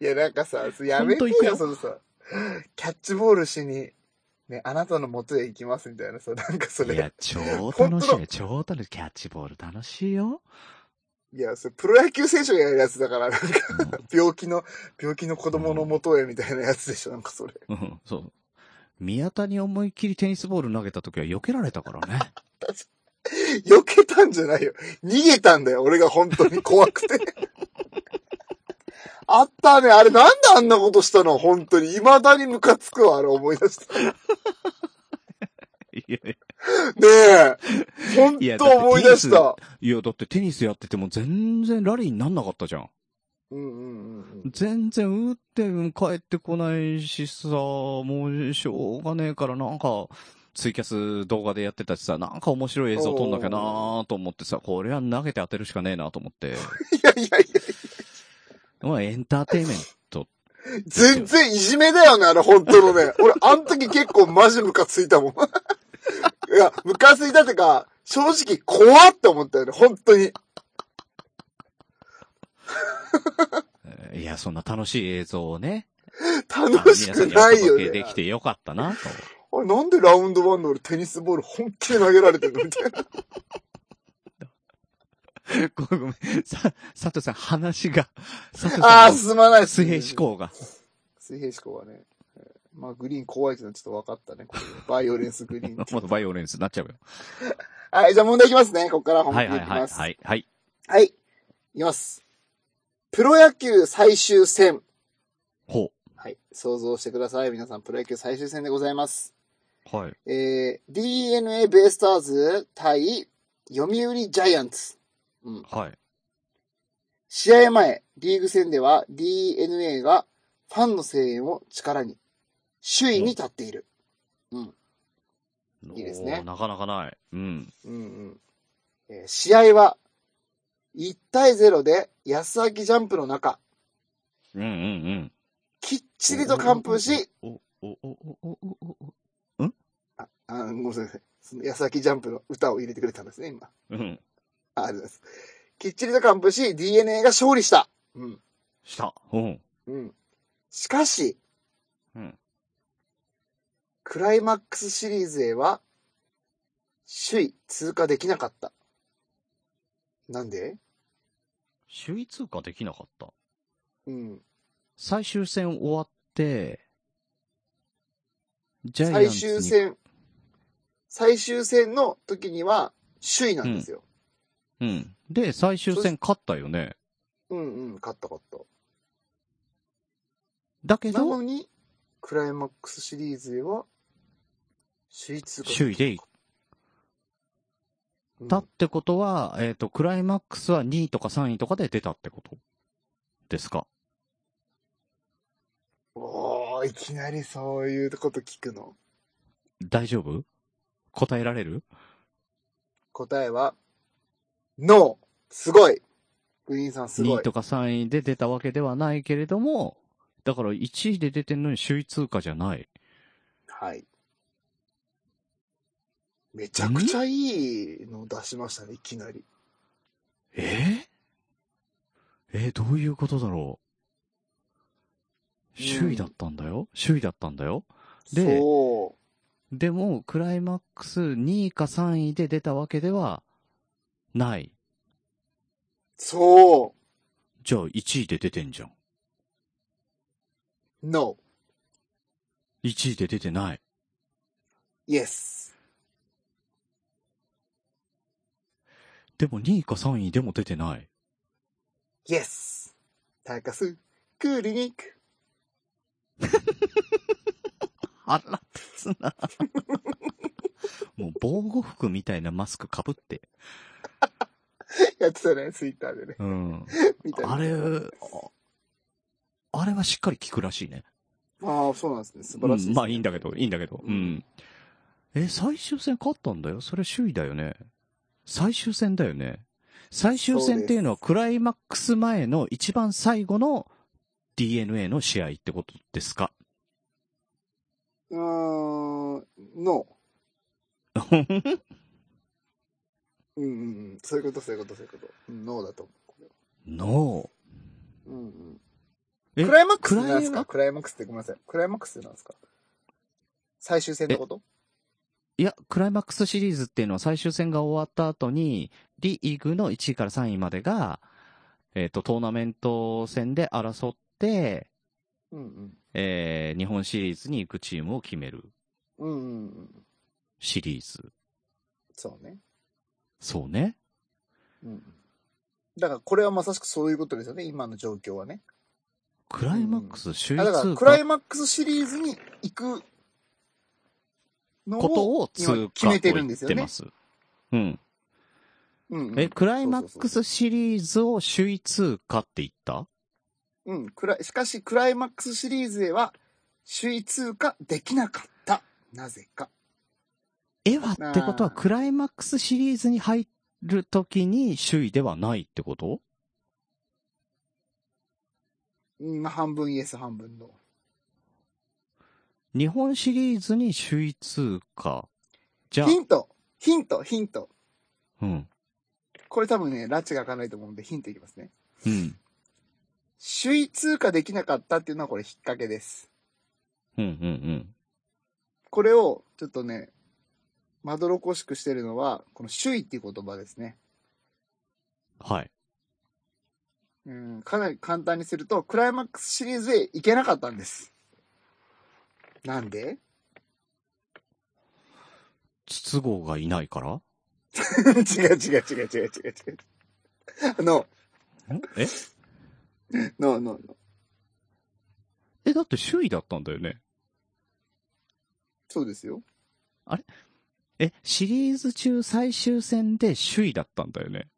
いや、なんかさ、それやめて
本当行く
よ、
よ
そのさ、キャッチボールしに、ね、あなたの元へ行きますみたいなさ、なんかそれ、
い
い
や
や、、
超
本
楽し
当
いよ。超楽しい。キャッチボール楽しいよ。
それプロ野球選手がやるやつだから、なんか
うん
病気の、病気の子供の元へみたいなやつでしょ、なんかそれ。
うん、そう。宮田に思いっきりテニスボール投げた時は避けられたからね。
避けたんじゃないよ。逃げたんだよ、俺が本当に怖くて。あったね、あれなんであんなことしたの本当に。未だにムカつくわ、あれ思い出した。ね
いやい
え。本
いやだっ
当
て
思い出した。
や、いやだってテニスやってても全然ラリーになんなかったじゃん。
うんうんうんうん。
全然打っても帰ってこないしさ、もうしょうがねえからなんか、ツイキャス動画でやってたしさ、なんか面白い映像撮んなきゃなーと思ってさ、これは投げて当てるしかねえなと思 って。
いやいやいや。
まあエンターテイメント。
全然いじめだよね、あれ、本当のね。俺、あの時結構マジムカついたもん。いや、ムカついたってか、正直怖って思ったよね、本当に。
えーいや、そんな楽しい映像をね。
楽し
あの皆
くないよ
さんにお届け
ね
で。きてよかったなと。
あれ、なんでラウンドワンの俺テニスボール本気で投げられてるのみたいな。
ごめんごめん。さ、佐藤さん、話が、佐藤さ
ああ、
んの
進まない。
水平思考が。
水平思考はね。えーまあ、グリーン怖いってのはちょっと分かったね。これバイオレンスグリーン って
まだバイオレンスになっちゃうよ。
はい、じゃあ問題いきますね。ここから本
は
気
い
で
はいい
き
はい。
ます。
はい。はい。
はい。いきます。プロ野球最終戦。
ほ
はい。想像してください。皆さん、プロ野球最終戦でございます。
う。はい。
えー、DNA ベイスターズ対読売ジャイアンツ。うん。
はい。
試合前、リーグ戦では DNA がファンの声援を力に、首位に立っている。いいですね
おーなかなかない。うん。
うんうん。えー試合は、1対0で安明ジャンプの中、
うんうんうん。
きっちりと完封し、
お、お、お、お、お、お、お、お、
あ、あごめんなさい。その、矢崎ジャンプの歌を入れてくれたんですね、今。
うん。
あありがとうございます。きっちりと完封し、DNA が勝利した。うん。
した。うん。
うん。しかし、
うん。
クライマックスシリーズへは、首位通過できなかった。なんで
首位通過できなかった。
うん。
最終戦終わって、ジャイアンツに
最終。戦、最終戦の時には、首位なんですよ。
うん。で、最終戦勝ったよね。
うんうん、勝った勝った。
だけ
なの
ど、
に、クライマックスシリーズへは、首位通過
首位で行っ
うん
たってことは、えっ、と、クライマックスは2位とか3位とかで出たってことですか
おー、いきなりそういうこと聞くの。
大丈夫答えられる
答えは、ノーすごいグリーンさんす
?2
ご
位
い
と。か3位で出たわけではないけれども、だから1位で出てんのに首位通過じゃない。
はい。めちゃくちゃいいの出しましたね、いきなり。
えー、えーどういうことだろう
うん
首位だったんだよ、首位だったんだよで
そ
でも、クライマックス2位か3位で出たわけではない。
う。そ
じゃあ1位で出てんじゃん。
う。ノ
1位で出てない。
ーイエス
でも2位か3位でも出てない。
イエスタカス、クリニック。
あら、つな。 もう防護服みたいなマスクかぶって。
やってたね、ツイッターでね。
うん。
みたいな。
あれ、ああれはしっかり効くらしいね。
ああ、そうなんですね。素晴らしいです、
うんまあいいん
だ。
だけど、いいんだけど。うん。え、最終戦勝ったんだよそれ首位だよね。最終戦だよね。最終戦っていうのはクライマックス前の一番最後の DNA の試合ってことですか
うーん、 ノー。うんうんうん。そういうこと、そういうこと、そういうこと。うんノーだと思う。これは
の
うんうん
え
クライマックスってなんで
クライ
す
マ
かクライマックスってごめんなさい。クライマックスってなんですか最終戦ってこと
いや、クライマックスシリーズっていうのは最終戦が終わった後に、リーグの1位から3位までが、えっ、と、トーナメント戦で争って、
うんうん。
えー日本シリーズに行くチームを決める
うんうんうん。
シリーズ。
そうね。
そうね。
うんうん。だからこれはまさしくそういうことですよね。今の状況はね。
クライマックス首
あだ
位
から
通
クラ
過
イマックスシリーズに行くの
こと
を、
を通
決
過
め
と
てるん
言
で
っ
すよね
てます。うん。
うんうん
え、クライマックスシリーズを首位通過って言った
うんクラしかしクライマックスシリーズへは首位通過できなかった。なぜか。
えはってことは
あー
クライマックスシリーズに入るときに首位ではないってこと
うん、半分イエス半分の。
日本シリーズに首位通過。じゃあ
ヒ、ントヒントヒント
うん。
これ多分ね、拉致が開かないと思うんでヒントいきますね。
うん。
首位通過できなかったっていうのはこれ引っ掛けです。
うん、うん、うん。
これをちょっとね、まどろこしくしてるのは、この首位っていう言葉ですね。
はい。
うん、かなり簡単にすると、クライマックスシリーズへ行けなかったんです。なんで
筒香がいないから
違う違う違う違う違う違う。ノ
んえ
ー、ノー、ノー、ノー。
え、だって首位だったんだよね。
そうですよ。
え、シリーズ中最終戦で首位だったんだよね。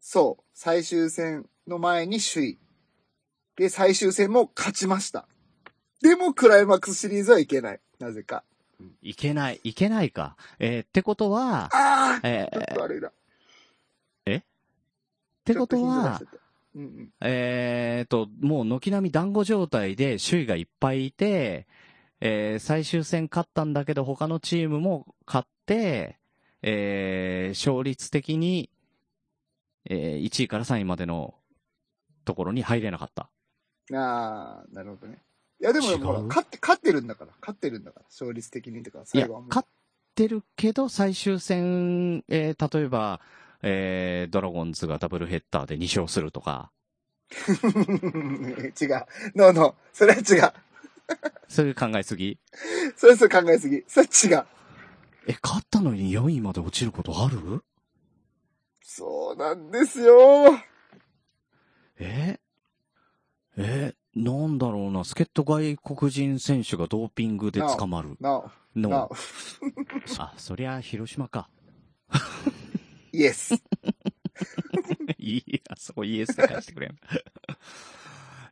そう。最終戦の前に首位。で、最終戦も勝ちました。でも、クライマックスシリーズはいけない。なぜか。
いけない、いけないか。えーってことは、
ああ
え
ちょ
ー
っと悪いな。っ
ってことは、、
うんうん。
えーっと、もう軒並み団子状態で首位がいっぱいいて、えー最終戦勝ったんだけど他のチームも勝って、えー勝率的に、えー1位から3位までのところに入れなかった。
ああ、なるほどね。いや、でも
違う、
ほら、勝って、勝ってるんだから。勝ってるんだから。勝率的にと
い
か、
や、
最後はもう。
勝ってるけど最終戦、えー例えば、えードラゴンズがダブルヘッダーで2勝するとか、
違う。ノーノー。それは違う。
そういう考えすぎ
それはそれ考えすぎ。それは違う。
え、勝ったのに4位まで落ちることある
そうなんですよ。
ええ、なんだろうな、助っ人外国人選手がドーピングで捕まる
ノー、
の
ノ。ー。
あ、そりゃ広島か。
イエス。
いや、そこイエスで返してくれん。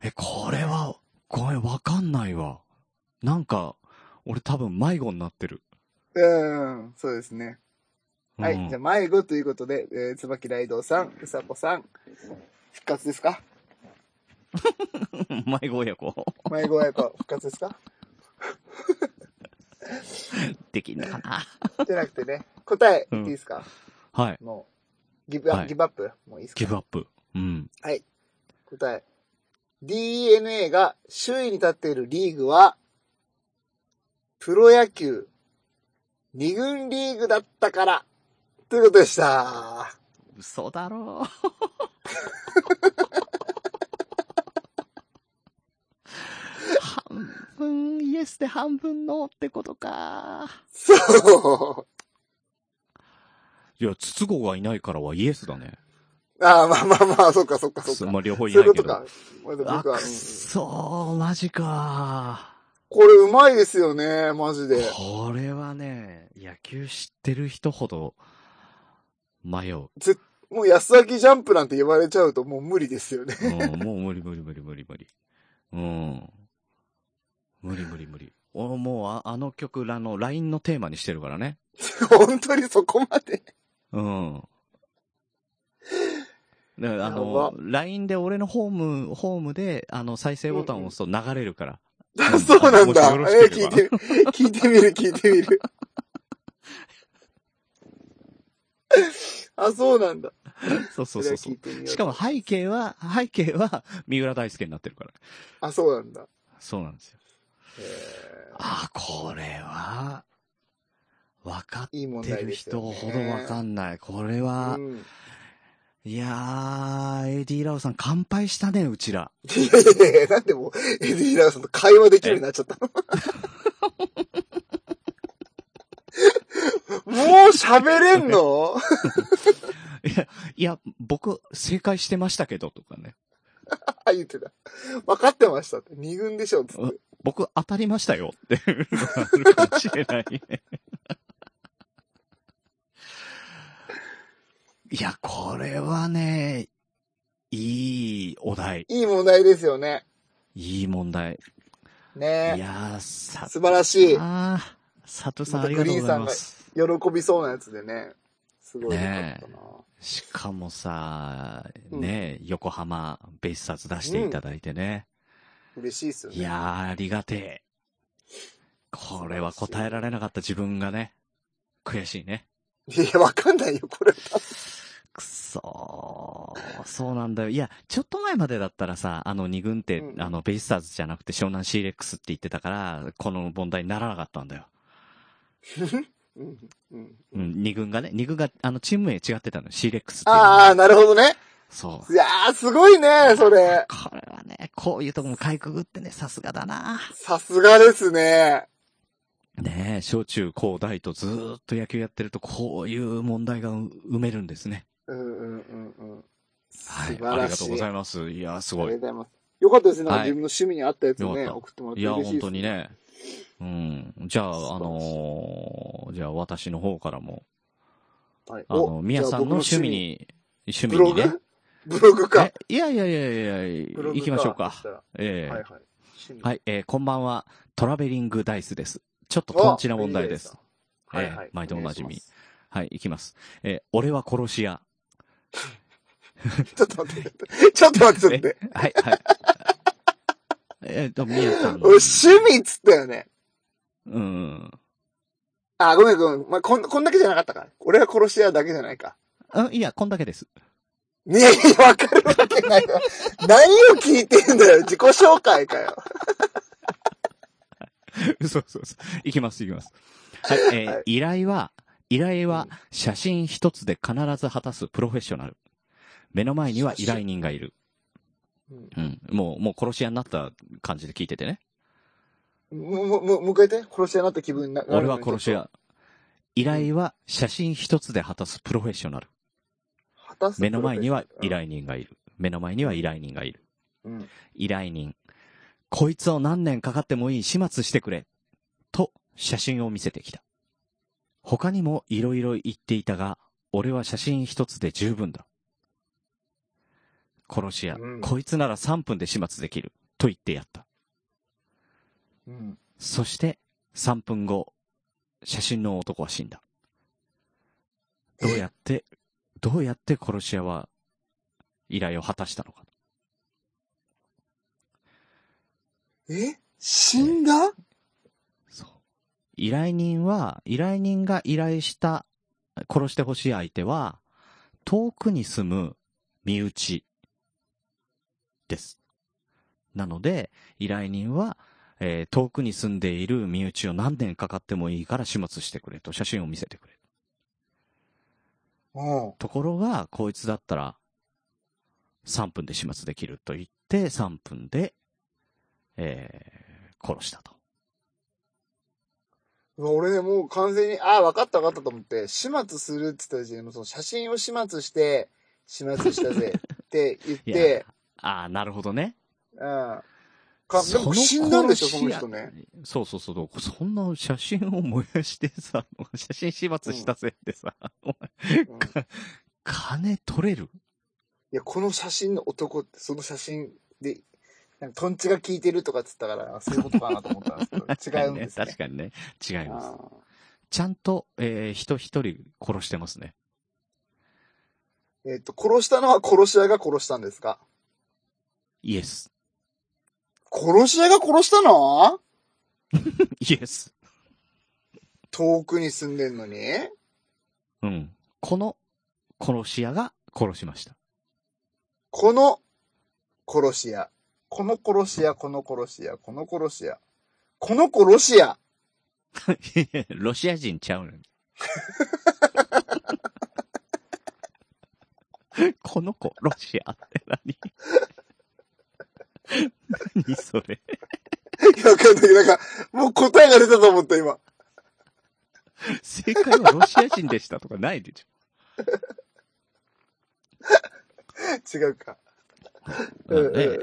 え、これは、ごめん、わかんないわ。なんか、俺多分迷子になってる。
うん、そうですね。はい。
うん
じゃあ、迷子ということで、えー、椿雷道さん、うさこさん、復活ですか
迷子親子。
迷子親子、復活ですか
できんのかな
じゃなくてね、答え、言っていいですか、
はい。
もう、ギブアップ、
はい
ギブアップもういいです
ギブ
か
アップ。うん。
はい。答え。DNA が首位に立っているリーグは、プロ野球、二軍リーグだったから、ということでした。
嘘だろう。半分イエスで半分ノーってことか。
そう。
いや、筒子がいないからはイエスだね。
ああ、まあまあまあ、そっかそっかそっか。
まあ、両方
そう
い
いう
ない
こ
け
と
ど
か。。まだ
あ、
僕は、うん
くそー、マジか
これうまいですよね、マジで。
ー。これはね、野球知ってる人ほど迷う。
もう安崎ジャンプなんて言われちゃうともう無理ですよね。
うん、もう無理無理無理無理無理。うん。無理無理無理。俺もうああの曲らの LINE のテーマにしてるからね。
本当にそこまで。
うん。だからあ
やば
の、LINE で俺のホーム、ホームで、あの、再生ボタンを押すと流れるから。ん
そうなんだ
あも。しよろ
えー、
しけ
聞
れ
い
ば
て、聞いてみる、聞いて みる。あ、そうなんだ。
そうそうそうそ。
れは聞いうてみよう。
しかも背景は、背景は、三浦大輔になってるから。
あ、そうなんだ。
そうなんですよ。
へー
あー、これは、分かっ
いい問
て
題
る
ですよ、
人
ね。
ほど分かんない。これは、
うん。い
いやー、AD ラオさん乾杯したね、うちら。
やいやいや、なんでもう、エディーラーさんと会話できるようになっちゃった のもう喋れんの
いや、僕、正解してましたけど、とかね。
あ、 言ってた。分かってましたって。二軍でしょ、つって。
僕、当たりましたよ、っていうのがあるかもしれないね。 いや、これはね、いいお題。
いい問題ですよね。
いい問題。い
ね
やー、さ、
素晴らしい。
あー、サトさん
ま
あ
た
り
グ
がと
リ
うご
ーン
ざい
さんが
ます。
喜びそうなやつでね。すごい良かったな。
しかもさ、
うん
ね、横浜、ベイスターズ出していただいてね。
嬉しいっすよ
い
ね。
やー、ありがてえ。これは答えられなかった自分がね、悔しいね。
いや、わかんないよ、これ。
くそー。そうなんだよ。いや、ちょっと前までだったらさ、あの二軍って、
うん
あの、ベイスターズじゃなくて湘南シーレックスって言ってたから、この問題にならなかったんだよ。
うん。うん。
うん、二軍がね、二軍が、あの、チーム名違ってたのよ。シーレックスっていうのが。
ああ、なるほどね。
そう。
いやー、すごいね、それ。
これはね、こういうとこもかいくぐってね、さすがだな。
さすがですね。
ねえ、小中高大とずーっと野球やってると、こういう問題が埋めるんですね。
うんうんうんうん。
は
素
い。
晴
あり
ら
がと
し
う
い。
ござ
あ
います。いやー、すご
りがと
いう
ご。ざいます。よかったですね。なんか
はい
自分の趣味に合ったやつ
よかっ
ね、
た
送ってもらって
いや、
嬉し
本
いです。
当にね。うん。じゃあ、あ
素晴らしい
のーじゃあ私の方からも、
はい。
あの、宮さんの趣味
に、
に、趣味
ブロ
にね
グ。ブログか
え。いやいやいやいやい
ブ
や
ログ
行きましょう
そ
か
し。たら
ええ
はいはい。趣味
はい、えーこんばんは。トラベリングダイスです。ちょっとトンチな問題です。。
おいいじゃないですかはいは
ええ。
い
毎度おなじみ
願いし
はい、行きます。えー俺は殺し屋。
ますちょっと待って、ちょっと待って、ちょっと待って。
えはい、はい。 えっと、みやさんの。
俺、趣味っつったよね。
うん。
あ、ごめんごめん。まあ、こん、こんだけじゃなかったか。俺は殺し屋だけじゃないか。
あいや、こんだけです。
ねえ、わかるわけないわ。何を聞いてんだよ。自己紹介かよ。
そうそうそう。いきます、いきます。はい、えー
はい
依頼は、依頼は
う
写真一つで必ず果たすプロフェッショナル。目の前には依頼人がいる。うん。もう、もう殺し屋になった感じで聞いててね。
もう、もう、もう、もう一回言って。殺し屋になった気分にな
俺は殺し。
なる
屋。依頼は写真一つで果たすプロフェッショナル。
のねちょっと果たす
目の前には依。頼人がいる。目の前には依頼人がいる。
うん。
依頼人。こいつを何年かかってもいい始末してくれ。と、写真を見せてきた。他にも色々言っていたが、俺は写真一つで十分だ。殺し屋、
うん
こいつなら3分で始末できる。と言ってやった。
うん。
そして、3分後、写真の男は死んだ。どうやって、どうやって殺し屋は依頼を果たしたのか。
え死んだ
そう。依頼人は、依頼人が依頼した、殺してほしい相手は、遠くに住む身内です。なので、依頼人は、えー遠くに住んでいる身内を何年かかってもいいから始末してくれと写真を見せてくれ。
うん。
ところが、こいつだったら、3分で始末できると言って、3分で、えー殺したと。
うわ俺ね、もう完全に、ああ、分かった分かったと思って、始末するって言った時点で、もうその写真を始末して、始末し たぜって言っ
い
て、
ああ、なるほどね。
うん。か、でも死んだんでしょ、その人ね。。
そうそうそう。そんな写真を燃やしてさ、写真始末したせいでさ、お前
うん
か金取れる
いや、この写真の男って、その写真で、なんか、トンチが効いてるとかっつったから、あそういうことかなと思ったんですけど、違うんですね。
確かにね。違います。
あ
ちゃんと、えー人一人殺してますね。
ーえっと、殺したのは殺し屋が殺したんですか
イエス。
殺し屋が殺したの
イエス。
遠くに住んでんのに
うん。この殺し屋が殺しました。
この殺し屋。この殺し屋、この殺し屋、この殺し屋。この殺し屋。
ロシア人ちゃうのに。 この子、ロシアって 何何それ。
いやわかんない。なんか、もう答えが出たと思った、今。
正解はロシア人でしたとかないでし
違うか。
ょ。
うん
なんで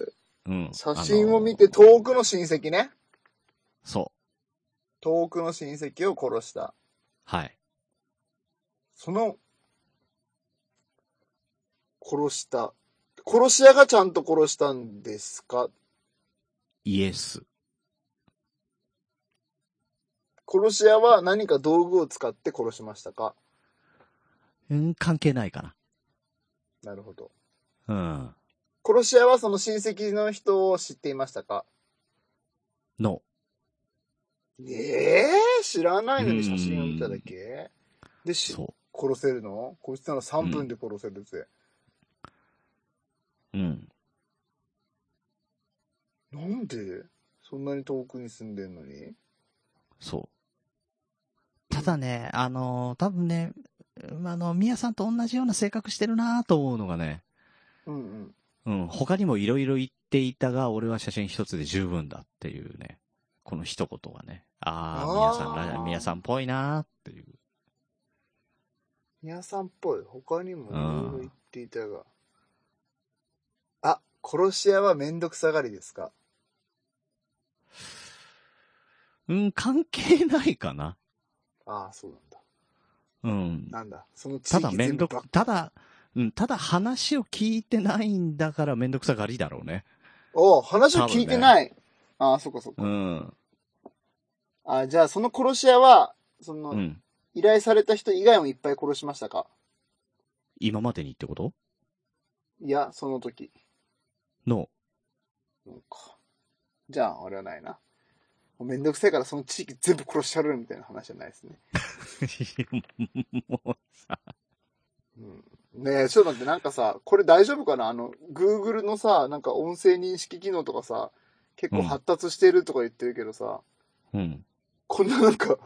うん
写真を見て
あの
遠くの親戚ね。
そう。
遠くの親戚を殺した。
はい。
その、殺した。殺し屋がちゃんと殺したんですか
イエス。
殺し屋は何か道具を使って殺しましたか
うん、関係ないか
なるほど。
な。うん。
殺し屋はその親戚の人を知っていましたか
の、
ええ知らないのに写真を見ただけで、し
そ
殺せるのこいつなら3分で殺せるぜ。
う。うん。
なんでそんなに遠くに住んでんのに
そう。ただね、あの多分ね、うんあの、ミヤさんと同じような性格してるなと思うのがね、
うんうん。
うん、他にもいろいろ言っていたが、俺は写真一つで十分だっていうね。この一言がね。ああ、
あー
宮さんら、宮さんっぽいなーっていう。
宮さんっぽい。他にもいろいろ言っていたが。あ、殺し屋はめんどくさがりですか
うん、関係ないかな。
ああ、そうなんだ。
うん。
なんだ。その地
ただ
域
めん
全部
ど
ばっ
く、ただ、うん、ただ話を聞いてないんだからめんどくさがりだろうね。
おう話を聞いてない。ああ、そっかそっか。
うん。
ああ、じゃあその殺し屋は、その、
うん。
依頼された人以外もいっぱい殺しましたか
今までにってこと
いや、その時。
の、
そうか。じゃあ、俺はないな。もうめんどくせえからその地域全部殺しちゃるみたいな話じゃないですね。
もう
うん。ねえ、ちょっと待って、なんかさ、これ大丈夫かなあの、Google のさ、なんか音声認識機能とかさ、結構発達してるとか言ってるけどさ、
うん。
こんななんか、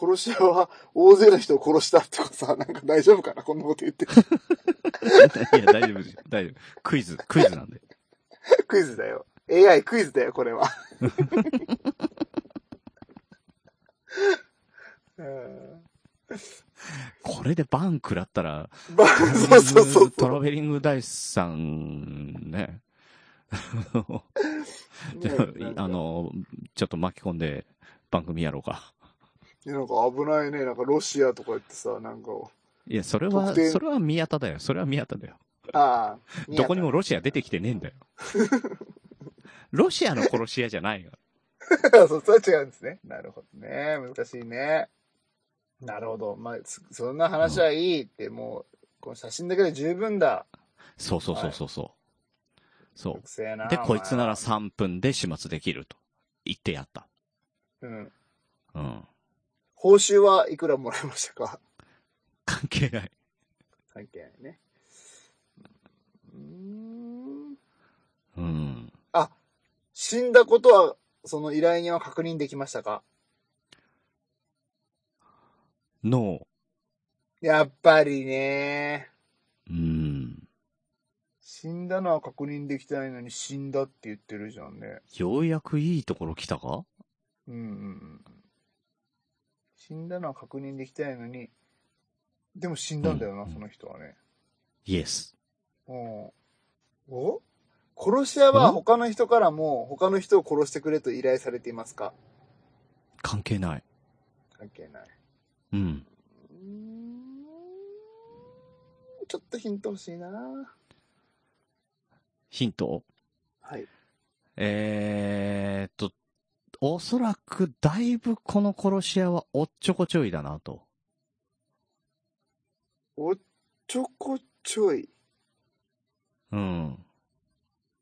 殺し屋は大勢の人を殺したとかさ、なんか大丈夫かなこんなこと言って。
いや、大丈夫ですよ。大丈夫。クイズ、クイズなんで。
クイズだよ。AI クイズだよ、これは。うん
これでバン食らったら、
まあ、 そうそうそう
ト
そう。
ラベリングダイスさん、ね。 じゃ
ね
あ、あ、の、ちょっと巻き込んで番組やろうか。
いやなんか危ないね。なんかロシアとか言ってさ、なんか、
いや、それは、
特定
それは宮田だよ。それは宮田だよ。
ああ、
どこにも
ロ
ロシア出てきてねえんだよ。ロシアの殺し屋じゃないよ。
シア。そう、それは違うんですね。なるほどね。難しいね。なるほど。まあ、そそんな話はいいって、もう、この写真だけで十分だ。
そうそうそうそうそう。そう
特。性な。
で、
お前
こいつなら。3分で始末できると。言ってやった。
うん。
うん。
報酬はいくらもらいましたか
関係ない。
関係ないね。うーん。
うん。
あ、死んだことは、その依頼人は確認できましたか
の、
やっぱりね。
うん。
死んだのは確認できてないのに死んだって言ってるじゃんね。
ようやくいいところ来たか
うんうんうん。死んだのは確認できてないのに、でも死んだんだよな、
うん
その人はね。
イエス。
うん。お殺し屋は他の人からも、他の人を殺してくれと依頼されていますか
関係ない。
関係ない。
うん。
うーんちょっとヒント欲しいな
ヒント
はい。
えーっと、おそらくだいぶこの殺し屋はおっちょこちょいだなと。
おっちょこちょい。
うん。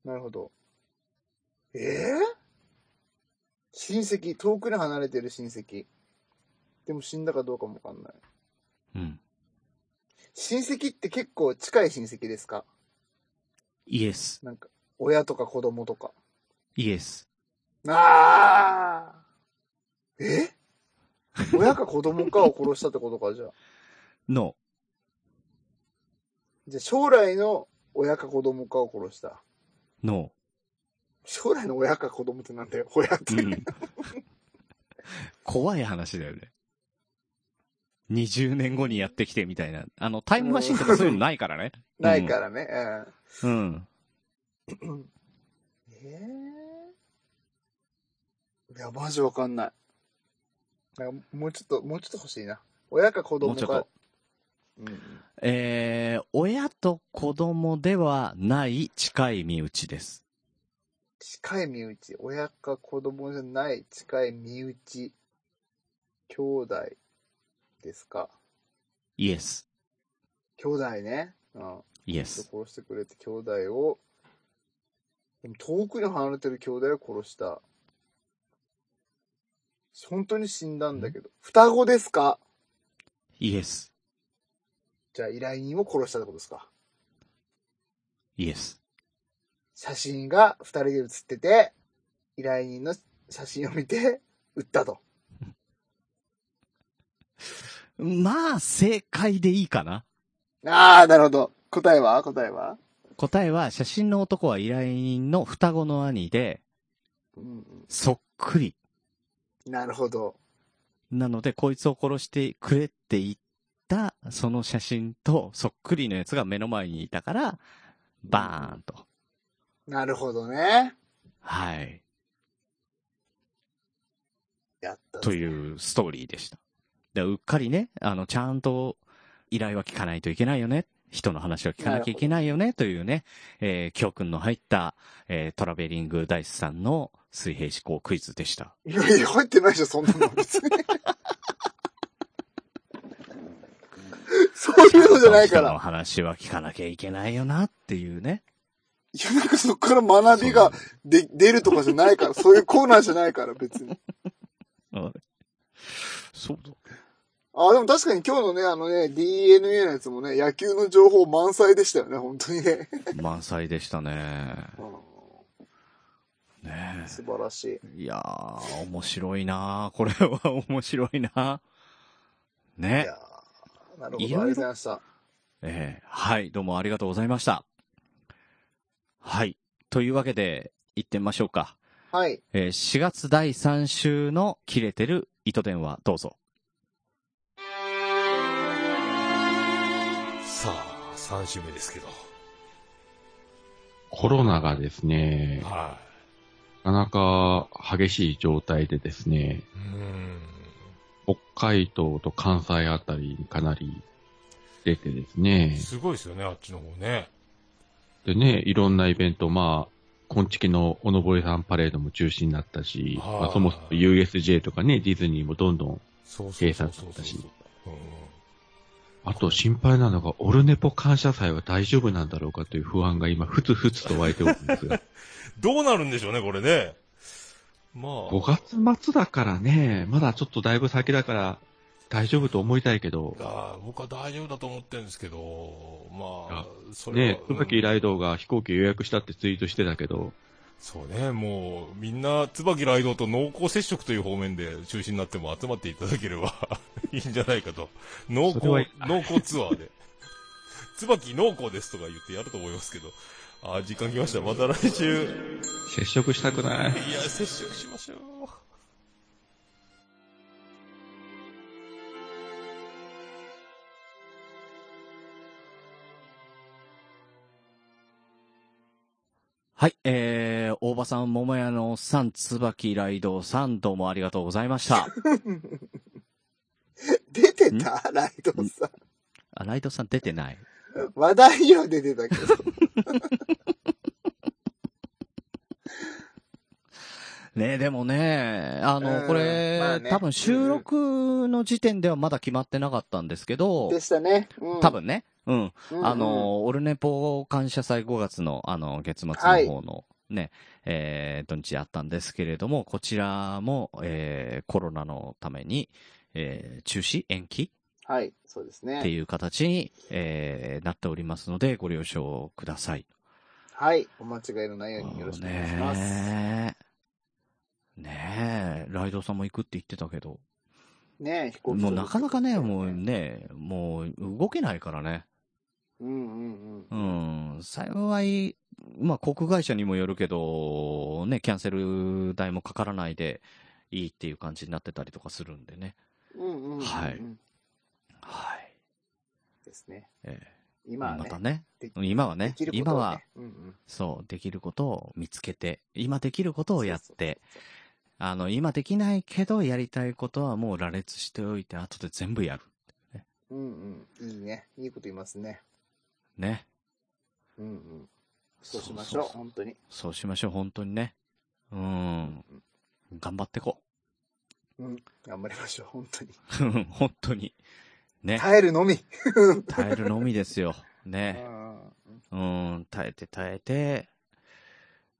なるほど。ええ親戚、遠くに離れてる親戚。でも死んだかどうかもわかんない。
うん。
親戚って結構近い親戚ですか
イエス。
なんか、親とか子供とか。
イエス。
ああえ親か子供かを殺したってことか、じゃあ。
の、
じゃあ将来の親か子供かを殺した。
の。
将来の親か子供ってなんだよ、親って。
うん。 怖い話だよね。20年後にやってきてみたいな。あの、タイムマシンとかそういうのないからね。
ないからね。うん
うん。
ええいや、マジわかんない。なんかもうちょっと、もうちょっと欲しいな。親か子供
もうちょっ
か
と。えー、親と子供ではない近い身内です。
近い身内。親か子供じゃない近い身内。兄弟ですか。
イエス。
兄弟ね。うん。
イエ
人
ス。
を殺してくれて兄弟を、でも遠くに離れてる兄弟を殺した。本当に死んだんだけど。双子ですか
イエス。
じゃあ依頼人を殺したってことですか
イエス。
写真が二人で写ってて、依頼人の写真を見て、撃ったと。
まあ、正解でいいかな。
ああ、なるほど。答えは答えは
答えは、写真の男は依頼人の双子の兄で、
うん
そっくり。
うん。なるほど。
なので、こいつを殺してくれって言った、その写真とそっくりのやつが目の前にいたから、バーンと。
なるほどね。
はい。
やった。
というストーリーでした。でうっかりね、あの、ちゃんと依頼は聞かないといけないよね。人の話を聞かなきゃいけないよね。というね、えー、教訓の入った、えートラベリングダイスさんの水平思考クイズでした。
いやいや、入ってないでしょ、そんなの別 に。そういうのじゃないか
人の
ら。
話は聞かなきゃいけないよなっていうね。
いや、なんかそこから学びがで出るとかじゃないから、そういうコーナーじゃないから、別に。
そうだ。
あ、でも確かに今日のね、あのね、DNA のやつもね、野球の情報満載でしたよね、本当にね。
満載でしたね。
うん
ね
素晴らしい。
え。いやー、面白いなー。これは面白いなー。
い
ね
やーなるほど。あり
い
がと
ろい
う
ろ
ございました。
ええはい、どうもありがとうございました。はい。というわけで、行ってみましょうか。
はい。
えー4月第3週の切れてる糸電話、どうぞ。
さあ、3週目ですけど。
コロナがですね、
は
なかなか激しい状態でですね、
い。うーん。
北海道と関西あたりにかなり出てですね、
すごいですよね、あっちの方ね。
でね、いろんなイベント、まあ、今月のおのぼりさんパレードも中止になったし、
はい
まあそもそも USJ とかね、ディズニーもどんどん、
そうそうそう
警察
そ
だ
う
っ
そ
た
う
し
うん。
あと心配なのが、オルネポ感謝祭は大丈夫なんだろうかという不安が今、ふつふつと湧いておるんです が、
どうなるんでしょうね、これね。まあ。
5月末だからね、まだちょっとだいぶ先だから、大丈夫と思いたいけど、
あ僕は大丈夫だと思ってるんですけど、まあ
あ、
それは
ね、宇崎ライドウが飛行機予約したってツイートしてたけど、
そうね、もう、みんな、椿ライドと濃厚接触という方面で中止になっても集まっていただければ いいんじゃないかと。濃厚
それはいい、
濃厚ツアーで。椿濃厚ですとか言ってやると思いますけど。あー、時間きました。また来週。
接触したくない。
いや、接触しましょう。
はい、えー、大場さん、桃屋のおっさん、椿ライドウさん、どうもありがとうございました。
出てたライドさん。
あ、ライドウさん出てない。
話題には出てたけど。
ねでもね、あの、
うん
これ、
まあね
多分収録の時点ではまだ決まってなかったんですけど、
でしたね。うん
多、分ね、うん。
うんうん
あ、の、オルネポ感謝祭5月の、あの、月末の方のね、えー土日あったんですけれども、こちらも、えーコロナのために、えー中止延期
はい、そうです
って
ね。
いう形に、えーなっておりますので、ご了承ください。
はい、お間違いのないようによろしくお願いします。
ねえ。ねえ、ライドウさんも行くって言ってたけど、
ね飛行機
もうなかなかね、
飛行機
もうね、もう動けないからね。
うんうん
う
うん。
ん、幸い、まあ、航空会社にもよるけど、ね、キャンセル代もかからないでいいっていう感じになってたりとかするんでね。
うんうんうん。
はいはい。
ですね。
ええ
今は
ま
ね
た。ね
で、
今はね
でき、ること
今
を
は
ね、うんうん
そう、できることを見つけて、今できることをやっ
そうそう
て、あの、今できないけど、やりたいことはもう羅列しておいて、後で全部やる。
そう。うんうん。いいね。いいこと言いますね。
ね。
うんうん。そうしましょ
そう
う、
そうそう
本当に。
そうしましょう、本当にね。うん。頑張ってこ
うん。頑張りましょう、本当に。
う。 本当に。ね。
耐えるのみ。
耐えるのみですよ。
う
ね。
ん
うん、耐えて耐えて、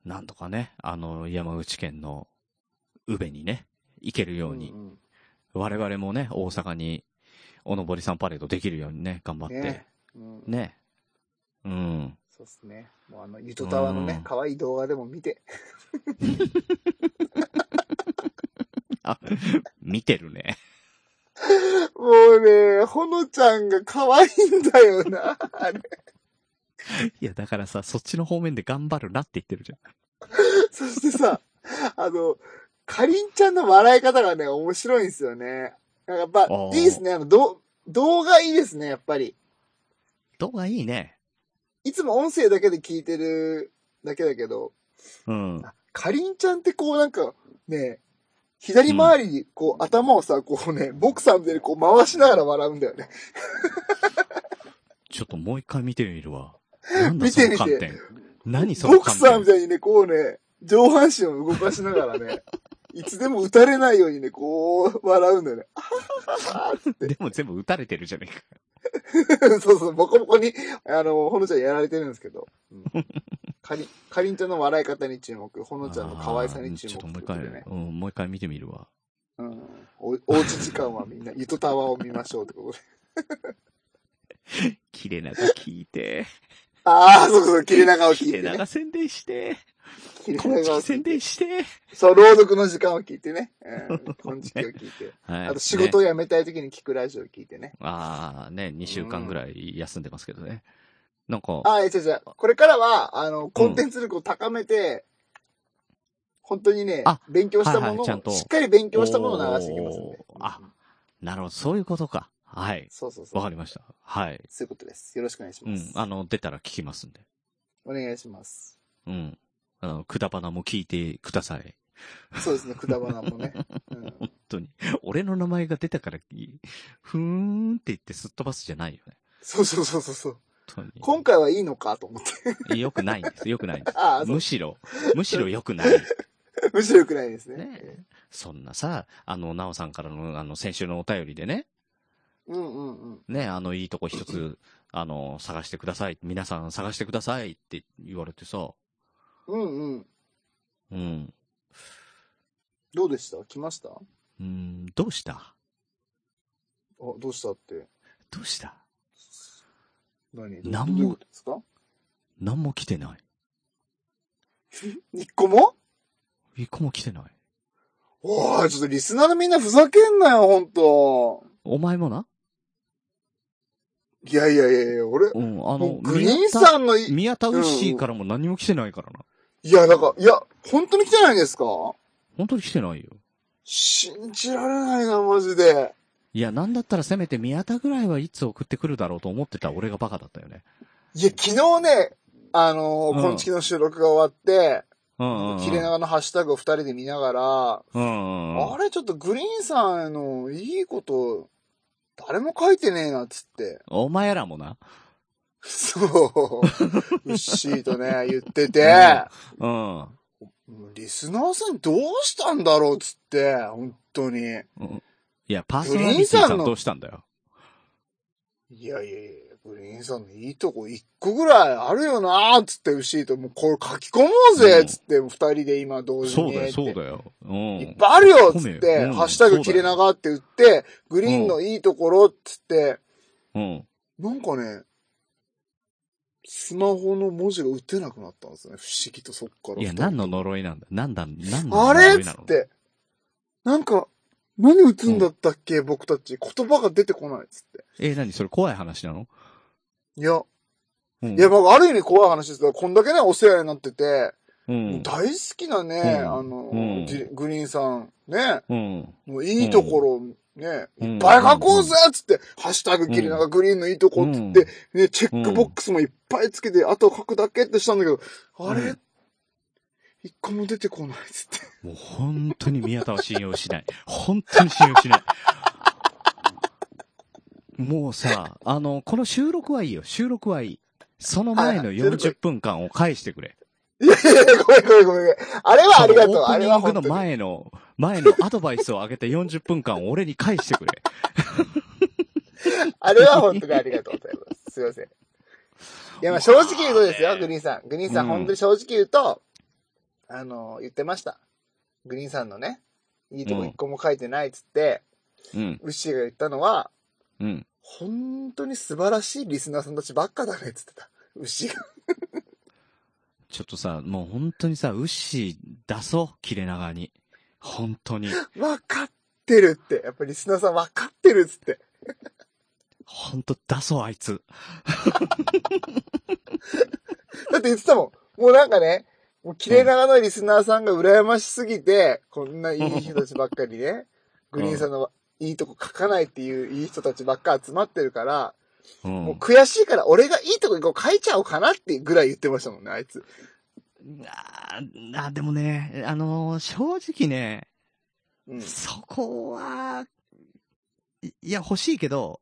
なんとかね、あの、山口県の宇部にね、行けるように、
んん
我々もね、大阪に、おのぼりさんパレードできるようにね、頑張って、ね
ね。うん。。
うん。
そうですね。もうあの、ゆとたわの
う
ね
ん、
可愛い動画でも見て。
あ、見てるね。
もうね、ほのちゃんが可愛いんだよな。あれ。
いや、だからさ、そっちの方面で頑張るなって言ってるじゃん。
そしてさ、あの、かりんちゃんの笑い方がね、面白いんですよね。なんかやっぱ
あー、
いいですね。あの、ど動画いいですね、やっぱり。
動画いいね。
いつも音声だけで聞いてるだけだけど、
うん。
かりんちゃんってこうなんか、ね、左回りにこう、頭をさ、こうね、ボクサーみたいにこう回しながら笑うんだよね。
ちょっともう一回見てみる わ。なんだ
見
そ
てみ
の
て
観点。何そ
ボ
の
ク
観
サーみ
点。
たいにね、こうね、上半身を動かしながら ね、いつでも打たれないようにね、こう、笑うんだよね。
でも全部打たれてるじゃねえか。
そうそう、ボコボコに、あの、ほのちゃんやられてるんですけど。うん、かりん、かりんちゃんの笑い方に注目、ほのちゃんの可愛さに注目
あーちょっともう一
ということでね
回、うん、もう一回見てみるわ。
うん。お、おうち時間はみ んな、ゆとたわを見ましょうってことで。
切れ長聞いて。
ああ、そうそう、 切れ長を聞い
切
て
れ
ね
長。宣伝して。
切れ
こっ
長を
ち
聞
宣
いて
伝。して。
そう、朗読の時間を聞いてね。 うん。本日を聞いて。
はい。
あと、仕事を
ね、
辞めたい時に聞くラジオを聞いてね。
ああ、ね、2週間ぐらい休んでますけどね。なんか、
あ、え、違う違う。これからは、あの、コンテンツ力を高めて、本当にね
あ、
勉強した
は
も
い
の
はいちゃん
を、
と
しっかり勉強したものを流していきますんで。
おーあなるほど、そういうことか。はい。
そうそうそう。
わかりました。はい。
そういうことです。よろしくお願いし
う
ま
ん
す。。
あの、出たら聞きますんで。
お願いします。
うん。あの、くだばなも聞いてください。
そうですね、くだばな もね。うん
本当に。 俺の名前が出たから、いふーんって言ってすっ飛ばすじゃないよね。
そうそうそうそうそう。
本当に
今回はいいのかと思って。
良くないんです。良くないんです。
ああ、そう
むしろ、むしろ良くない。
むしろよくないですね。
ねえ。そんなさ、あの、なおさんからの、あの、先週のお便りでね、
うんうんうん。
ね、あの、いいとこ一つ、あの、探してください。皆さん探してくださいって言われてさ、
うんうん。
うん。
どうでした来ましたあ、
うん、どうした
どうしたって。
どうした
何
なんも
どういうことですか
何も来てない。
一個も
一個も来てない。
おー、ちょっとリスナーのみんなふざけんなよ、ほんと。
お前もない
やいやいやいや、俺、
うん、あ
も
の、
うグリーン
宮
さんのい、
田、宮田ウッシーからも何も来てないからな。
いや、なんか、いや、本当に来てないんですか
本当に来てないよ。
信じられないな、マジで。
いや、なんだったらせめて宮田ぐらいはいつ送ってくるだろうと思ってた俺がバカだったよね。
いや、昨日ね、あのー、
うん
今月の収録が終わって、
うんうんうん。
切れ長のハッシュタグを二人で見ながら、
うんうんうん。
あれ、ちょっとグリーンさんのいいこと、誰も書いてねえな、つって。
お前らもな。
そう。うっしーとね、言ってて、
うん。
リスナーさんどうしたんだろう、つって、本当に。
いや、パーソナリティさんどうしたんだよ。
いやいやいや、グリーンさんのいいとこ一個ぐらいあるよなーっつって、牛井と、もうこれ書き込もうぜ
うん
っつって、二人で今同時
そう
に。
だよ、そう
よ。
だよ。う
いっ
ん。
ぱいあるよっつ
書
っ
き込め
て、
ようん
ハッシュタグ切れ長って言って、グリーンのいいところっつって、
うん。
なんかね、スマホの文字が打てなくなったんですね。不思議とそっから。
いや、何の呪いなんだ何だ、何の
あ
呪
れ
い
っつ
な
っ
の。
て、なんか、何打つんだったっけ、僕たち。言葉が出てこないっつって。
え、何それ怖い話なの
いや、
うん
いや、まあ、ある意味怖い話ですけど、こんだけね、お世話になってて、
うん。
大好きなね、
うん
あの、
うん
じグリーンさん、ね、
うん。
もういいところ、ね、
うん
いっぱい書こうぜっつって、ハッシュタグ切りながらグリーンのいいとこっつって、ね、チェックボックスもいっぱいつけて、あと書くだけってしたんだけど、あ
う
れ
ん
一個も出てこないっつって。
もう本当に宮田は信用しない。本当に信用しない。もうさ、あの、この収録はいいよ。収録はいい。その前の
はいはい
40分間を返してくれ。
いやいやいや、ごめんごめんごめんごめん。あれはありがと、
そうのオ
あ
ー
れ
プニン
は
グ
本当
の
に。
前の、前のアドバイスを上げた40分間を俺に返してくれ。
あれは本当にありがとうござい ます。すいません。いや、まあ正直言うとですよ、グリーンさん。グリーンさん、
うん
本当に正直言うと、あの、言ってました。グリーンさんのね、いいとこ一個も書いてないっつって、
うん、
ウッシーが言ったのは、
うん。
本当に素晴らしいリスナーさんたちばっかだねっつってた。ウッシーが。
ちょっとさ、もう本当にさ、ウッシー出そう、切れ長に。本当に。
わかってるって。やっぱりリスナーさんわかってるっつって。
本当出そう、あいつ。
だって言ってたもん。もうなんかね、もう切れ長のリスナーさんが羨ましすぎて、こんないい人たちばっかりね、グリーンさんのいいとこ書かないっていういい人たちばっか集まってるから、
う。
もうん悔しいから俺がいいとここう書いちゃおうかなってぐらい言ってましたもんね、あいつ。
あーあー、でもね、あのー正直ね、
うん。
そこは、いいや、欲しいけど、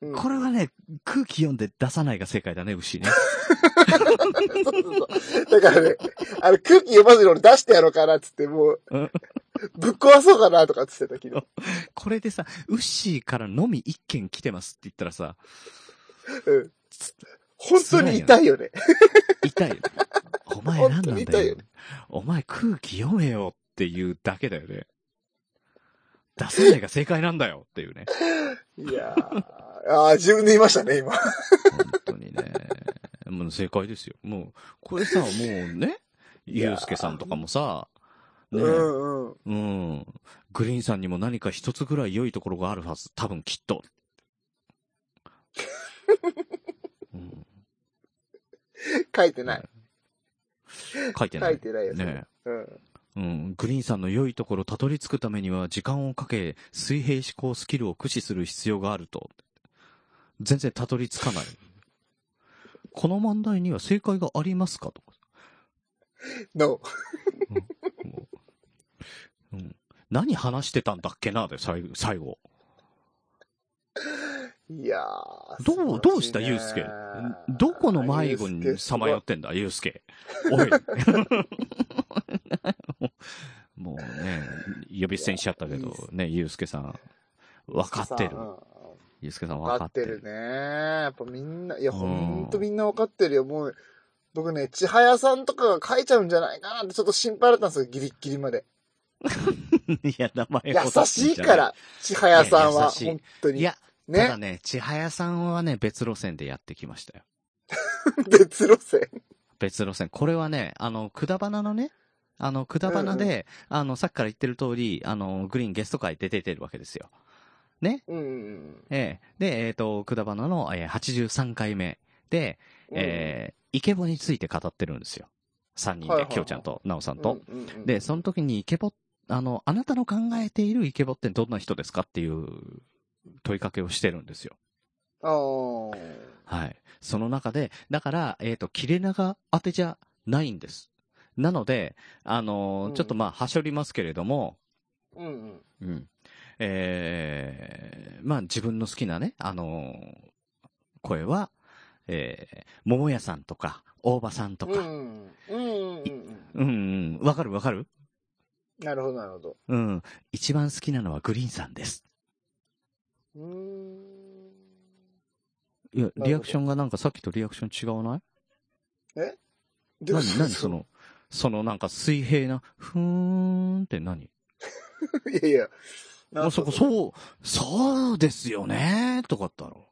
うん、
これはね、空気読んで出さないが正解だね、牛 ね。
そうそうそう。だからね、あの空気読まずに俺出してやろうかなっつって、も う
うん、
ぶっ壊そうかなとかっつってたけど。
これでさ、ウッシーからのみ一件来てますって言ったらさ、
うん。本当に痛いよね。
痛い よね。お前何なん
本当
だ
に
よ
痛いよね
お前空気読めよっていうだけだよね。出さないが正解なんだよっていうね。
いやー。あー自分で言いましたね、今。
本当にね。もう正解ですよ。もう、これさ、もうね、
いや
ゆうすけさんとかもさ、
う
ね、
んうん。
うん。グリーンさんにも何か一つぐらい良いところがあるはず。多分きっ と。うん、
書いてない。
書いてな
書
い。
いてないよ
ね
うん。
うん。グリーンさんの良いところたどり着くためには時間をかけ、水平思考スキルを駆使する必要があると。全然たどり着かない。この問題には正解がありますかとか。
No.
もううん、何話してたんだっけなで、最後最後。
いやー。
どう、どうした、ゆうす
す
け。どこの迷子にさまよってんだ、ゆうすけ。お い。もうね、呼び捨てにしちゃったけ
いやい
ど
いっ、
ね、ゆうすけさん。わかってる。ゆうすけさんわか
分か
っ
ってて
る
る。ね。やっぱみんな、いや、
うん
ほんとみんな分かってるよ。もう、僕ね、ちはやさんとかが書いちゃうんじゃないかなってちょっと心配だったんですよ、ギリッギリまで。
いや、名前
優
を出
しい
じゃ
か
な
ら、ちはやさん
いや
は、
優しい
本当
い。
に。
いや、ただ
ね。
ね、ちはやさんはね、別路線でやってきましたよ。
別路線。
別路線。これはね、あの、くだばなのね、あの、くだばなで、あの、さっきから言ってる通り、あの、グリーンゲスト会で出てるわけですよ。ね。
うんうん
ええで、えっ、と、くだばなの、えー83回目で、
うん。
えーイケボについて語ってるんですよ。3人
は
で、
いはいはい
きょうちゃんと、なおさん
うん
と。
うんうん、
で、その時にイケボ、あの、あなたの考えているイケボってどんな人ですかっていう問いかけをしてるんですよ。
あー
はい。その中で、だから、えっ、と、切れ長当てじゃないんです。なので、あのー
うん
ちょっとまあ、はしょりますけれども、
うんうん。
うん。えーまあ、自分の好きなね、あのー声は、えー、桃屋さんとか、大場さんと
うんう
か、
んうんうんうん。
うん、うん、わかるわかる
なるほど、なるほど。
うん。一番好きなのはグリーンさんです。
うーん。
いや、
ほど
リアクションがなんかさっきとリアクション違わない
でも
何何その、そのなんか水平な、ふーんって何
いやいや。
あそこ、
う。
そう、そうですよね、とかだろ。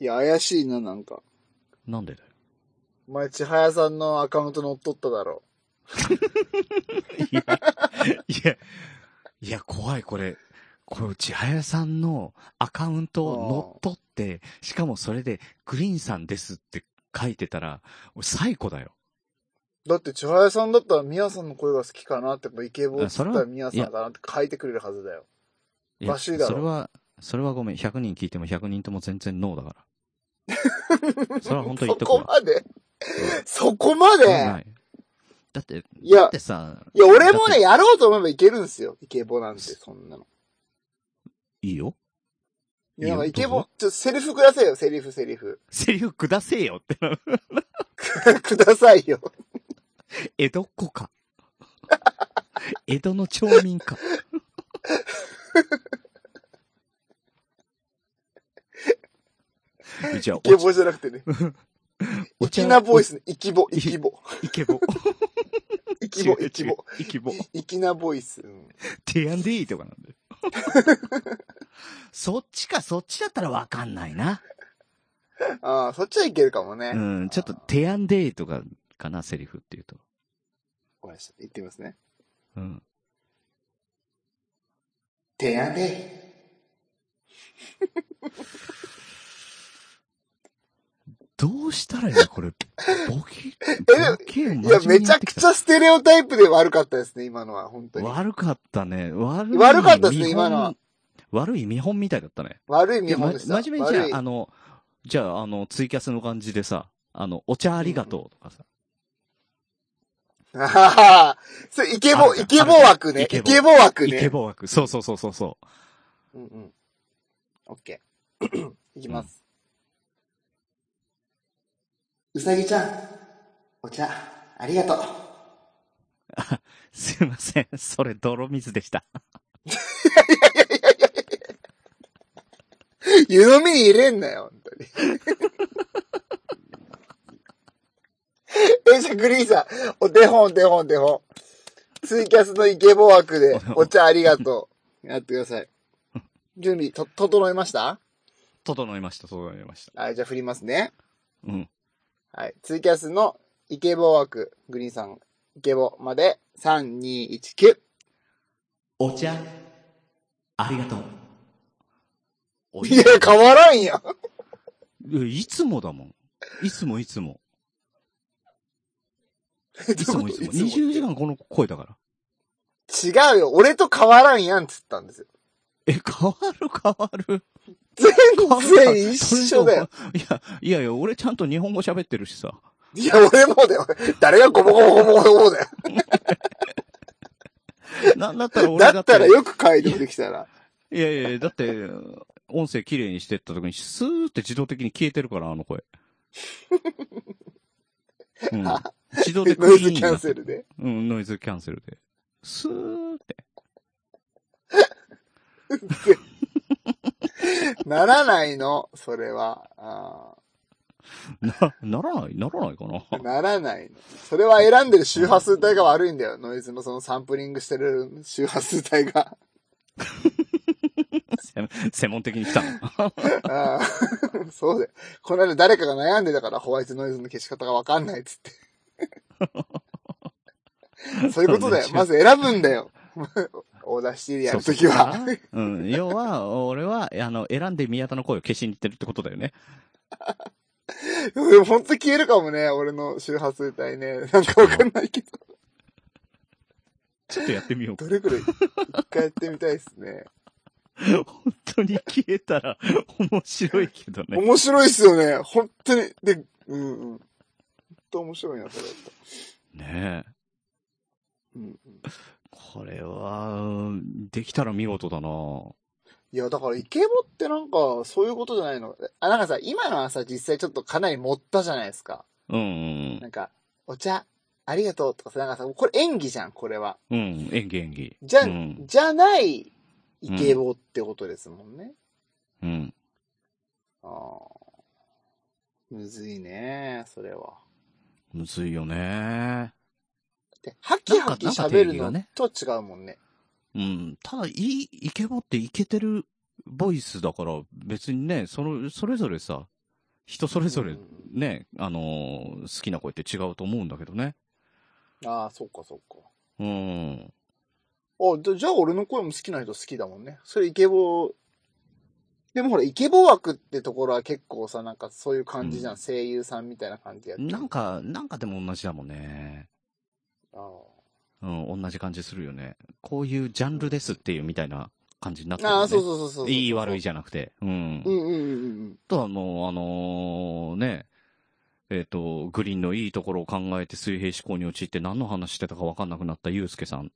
いや、怪しいな、なんか。
なんでだよ。
お前、千早さんのアカウント乗っ取っただろ。
いや、いや、いや、怖い、これ。これ、ちはやさんのアカウントを乗っ取って、しかもそれで、グリーンさんですって書いてたら、俺、最古だよ。
だって、千早さんだったら、ミヤさんの声が好きかなって、もうイケボっ
あそ
つ
れ
っ
は
たらミヤさんかなって書いてくれるはずだよ。
いや
らしいだろ
それは、それはごめん。100人聞いても100人とも全然ノーだ から。それは本当に言
そ
っとく
こ
わ。
までそこまで
ないだって、
いや
だってさ、
いや、俺も
だっ
ね、
て
やろうと思えばいけるんですよ。イケボなんて、そんなの。
いいよ。
いや、なんか
いいよ
イケ
どう
ボ
ぞ、
ちょっとセリフくださいよ、セリフ、セ リフ。
セリフくだせえよってなる。
くださいよ。
江戸っ子か。 江戸の町民 か。じゃあ
イ、ケボじゃなくてね。
お
イ
茶
キナボイスね。イキボ、イキボ。
イケボ。
イキボ、イキボ。
イケボ。
いきなボイス。うん
ティアンディーとかなんだよ。 そっちか、そっちだったらわかんないな。
ああ、そっちはいけるかもね。
うん、ちょっとティアンデイとかかな、セリフっていうと。
ごめんなさい。行ってみますね。
うん。
てやで。
どうしたらいいのこれ、ボキ、ボキ
いや、めちゃくちゃステレオタイプで悪かったですね、今のは、本当に。
悪かったね。悪い。
悪かったっす
見
ね
本
今のは。
悪い見本みたいだったね。
悪い
い
見
や、ま
本でした。
真面目にじ
悪い
ゃあ、あの、じゃあ、あの、ツイキャスの感じでさ、あの、お茶ありがとうとかさ。
あはは それ、イケボ、
ある
イ
じ
ケ
ゃん
ボ枠ね。
あるじゃ
イ
ん
ケボ枠
イケ
ね。
ボ枠。そうそうそうそうそう。
うんうん。オッケー。い きます。うさぎちゃん、お茶、ありがとう。
すいません。それ、泥水でした。
湯飲みに入れんなよ、本当に。え、じゃあ、グリーンさん、お手本、お手本、お手本。ツイキャスのイケボ枠で、お茶ありがとう。やってください。準備、と、整いました
整いました、整いました。
はい、じゃあ振りますね。
うん。
はい。ツイキャスのイケボ枠、グリーンさん、イケボまで、3、2、1、9。
お茶、ありがとう。お
いや、変わらんやん。
いつもだもん。いつもいつ も。いつもいつも。20時間この声だから。
間。違うよ。俺と変わらんやんっつったんですよ。
え、変わる変わる。
全然一緒だよ。。
いや、いやいや、俺ちゃんと日本語喋ってるしさ。
いや、俺もだよ。誰がゴボゴボゴボゴボだよ。
な、だったら 俺
だ
だっ。
ってたらよく解読できたら。
いやいやいや、だって、音声綺麗にしてった時に、スーって自動的に消えてるから、あの声。うん。自動でク
ノイ
リー
ズ
ン
キ
に
ャ
な
ン
って
セ
る
ルで。
うん、ノイズキャンセルで。スーって。
ならないの、それは。あ
な、ならないならないかな
ーならないの。それは選んでる周波数帯が悪いんだよ。ノイズのそのサンプリングしてる周波数帯が。
専専門的に来たの。
あー そうだよ。この間誰かが悩んでたからホワイトノイズの消し方がわかんないっ つって。そういうことだよ。まず選ぶんだよ。 オーダーシティでやるときは。
そうそうそう。うん。要は、俺は、あの、選んで宮田の声を消しに行ってるってことだよね。
俺ほんと消えるかもね、俺の周波数帯ね。なんかわかんないけど。
ちょっとやってみようか。
どれくらい、一回やってみたいですね。
本当に消えたら面白いけどね。
面白いっすよね。本当に。で、うんうん。本当面白いな、それだった。
ねえ。
うんうん。
これは、うんできたら見事だなぁ
いや、だから、イケボってなんか、そういうことじゃないの。あ、なんかさ、今のはさ、実際ちょっとかなり持ったじゃないですか。
うん
なんか、お茶、ありがとうとかさ、なんかさ、これ演技じゃん、これは。
うん。うん。演技演技。
じゃ、
うん。
じゃない、イケボってことですもんね。
うん。
ああ。むずいね、それは。
むずいよね
で、ハキハキ
なんかなんか定
喋る
義が
の
ね
と違うもんね。
うん。ただ、いい、イケボってイケてるボイスだから、別にね、その、それぞれさ、人それぞ
う
れ
ん
ね、あのー好きな声って違うと思うんだけどね。
ああ、そっかそっか。
うん。
あ、じゃじゃあ俺の声も好きな人好きだもんね。それイケボ、でもほら、イケボ枠ってところは結構さ、なんかそういう感じじゃん。
うん
声優さんみたいな感じやってる
なんか、なんかでも同じだもんね。
ああ
うん、同じ感じするよね。こういうジャンルですっていうみたいな感じになってる、ね。
ああ、そうそうそうそうそう。
いい悪い
じ
じゃなくて。うん。
うんうんうんうん。
とはもう、あのーね、えっ、と、グリーンのいいところを考えて水平思考に陥って何の話してたか分かんなくなったゆうすけさん。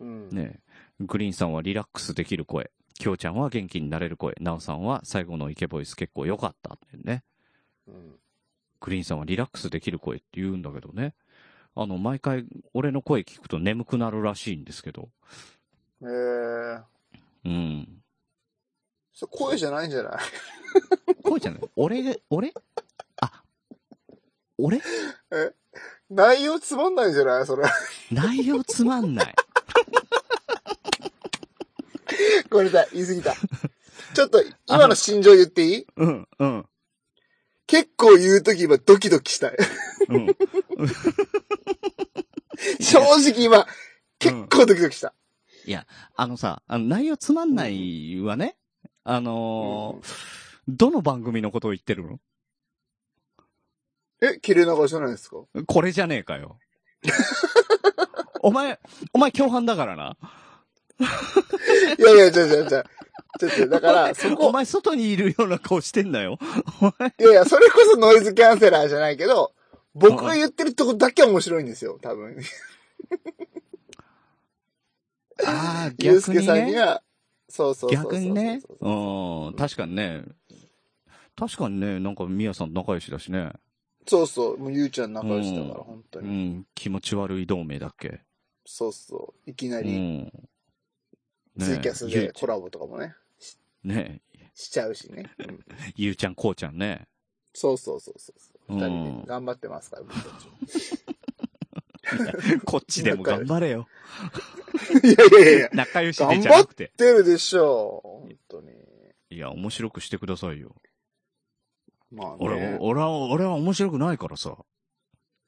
うん、
ね、グリーンさんはリラックスできる声。きょうちゃんは元気になれる声。なおさんは最後のイケボイス結構良かったってね。
うん。
グリーンさんはリラックスできる声って言うんだけどね。あの、毎回俺の声聞くと眠くなるらしいんですけど。
えー、
うん。
それ声じゃないんじゃない
声じゃない。俺、俺あ、俺
内容つまんないんじゃないそれ。
内容つまんない。
ごめんなさい、言い過ぎた。ちょっと、今の心情言っていい
うん、うん。
結構言うとき今ドキドキしたい。
うん。
正直今、結構ドキドキした。
あのさ、あの内容つまんないはね、あのーどの番組のことを言ってるの
え、切れ長じゃないですか
これじゃねえか よ。お前、お前共犯だからな。
いやいや、ちょちょちょ。ちょっ と、だから、そ
お
こ、
前外にいるような顔してんだよ。
いやいや、それこそノイズキャンセラーじゃないけど、僕が言ってるとこだけ面白いんですよ、多分。
ああ、
ゆう
逆
すけ
に
さんに
ね。
は、そうそうそうそうそう。
逆にね。
そうそうそう
うん、確かにね。確かにね、なんかみやさん仲良しだしね。
そうそう、もうゆうちゃん仲良しだ
う
か
ん
ら、本当
う
に。
ん、気持ち悪い同盟だっけ。
そうそう。いきな
う
り、
ん。ね
ツイキャス
ゆ
で
うち
コラボとかもね、
ね
しちゃうしね。うん
ゆうちゃん、こうちゃん ね。
そうそうそうそうそう。
うん
二人で頑張ってますから、僕たち。
こっちでも頑張れよ。
い やいやいや、
仲良しでじゃなくて。
出るでしょう。本当に。
いや、面白くしてくださいよ。
まあ
俺
ね、。
俺は、俺は面白くないからさ。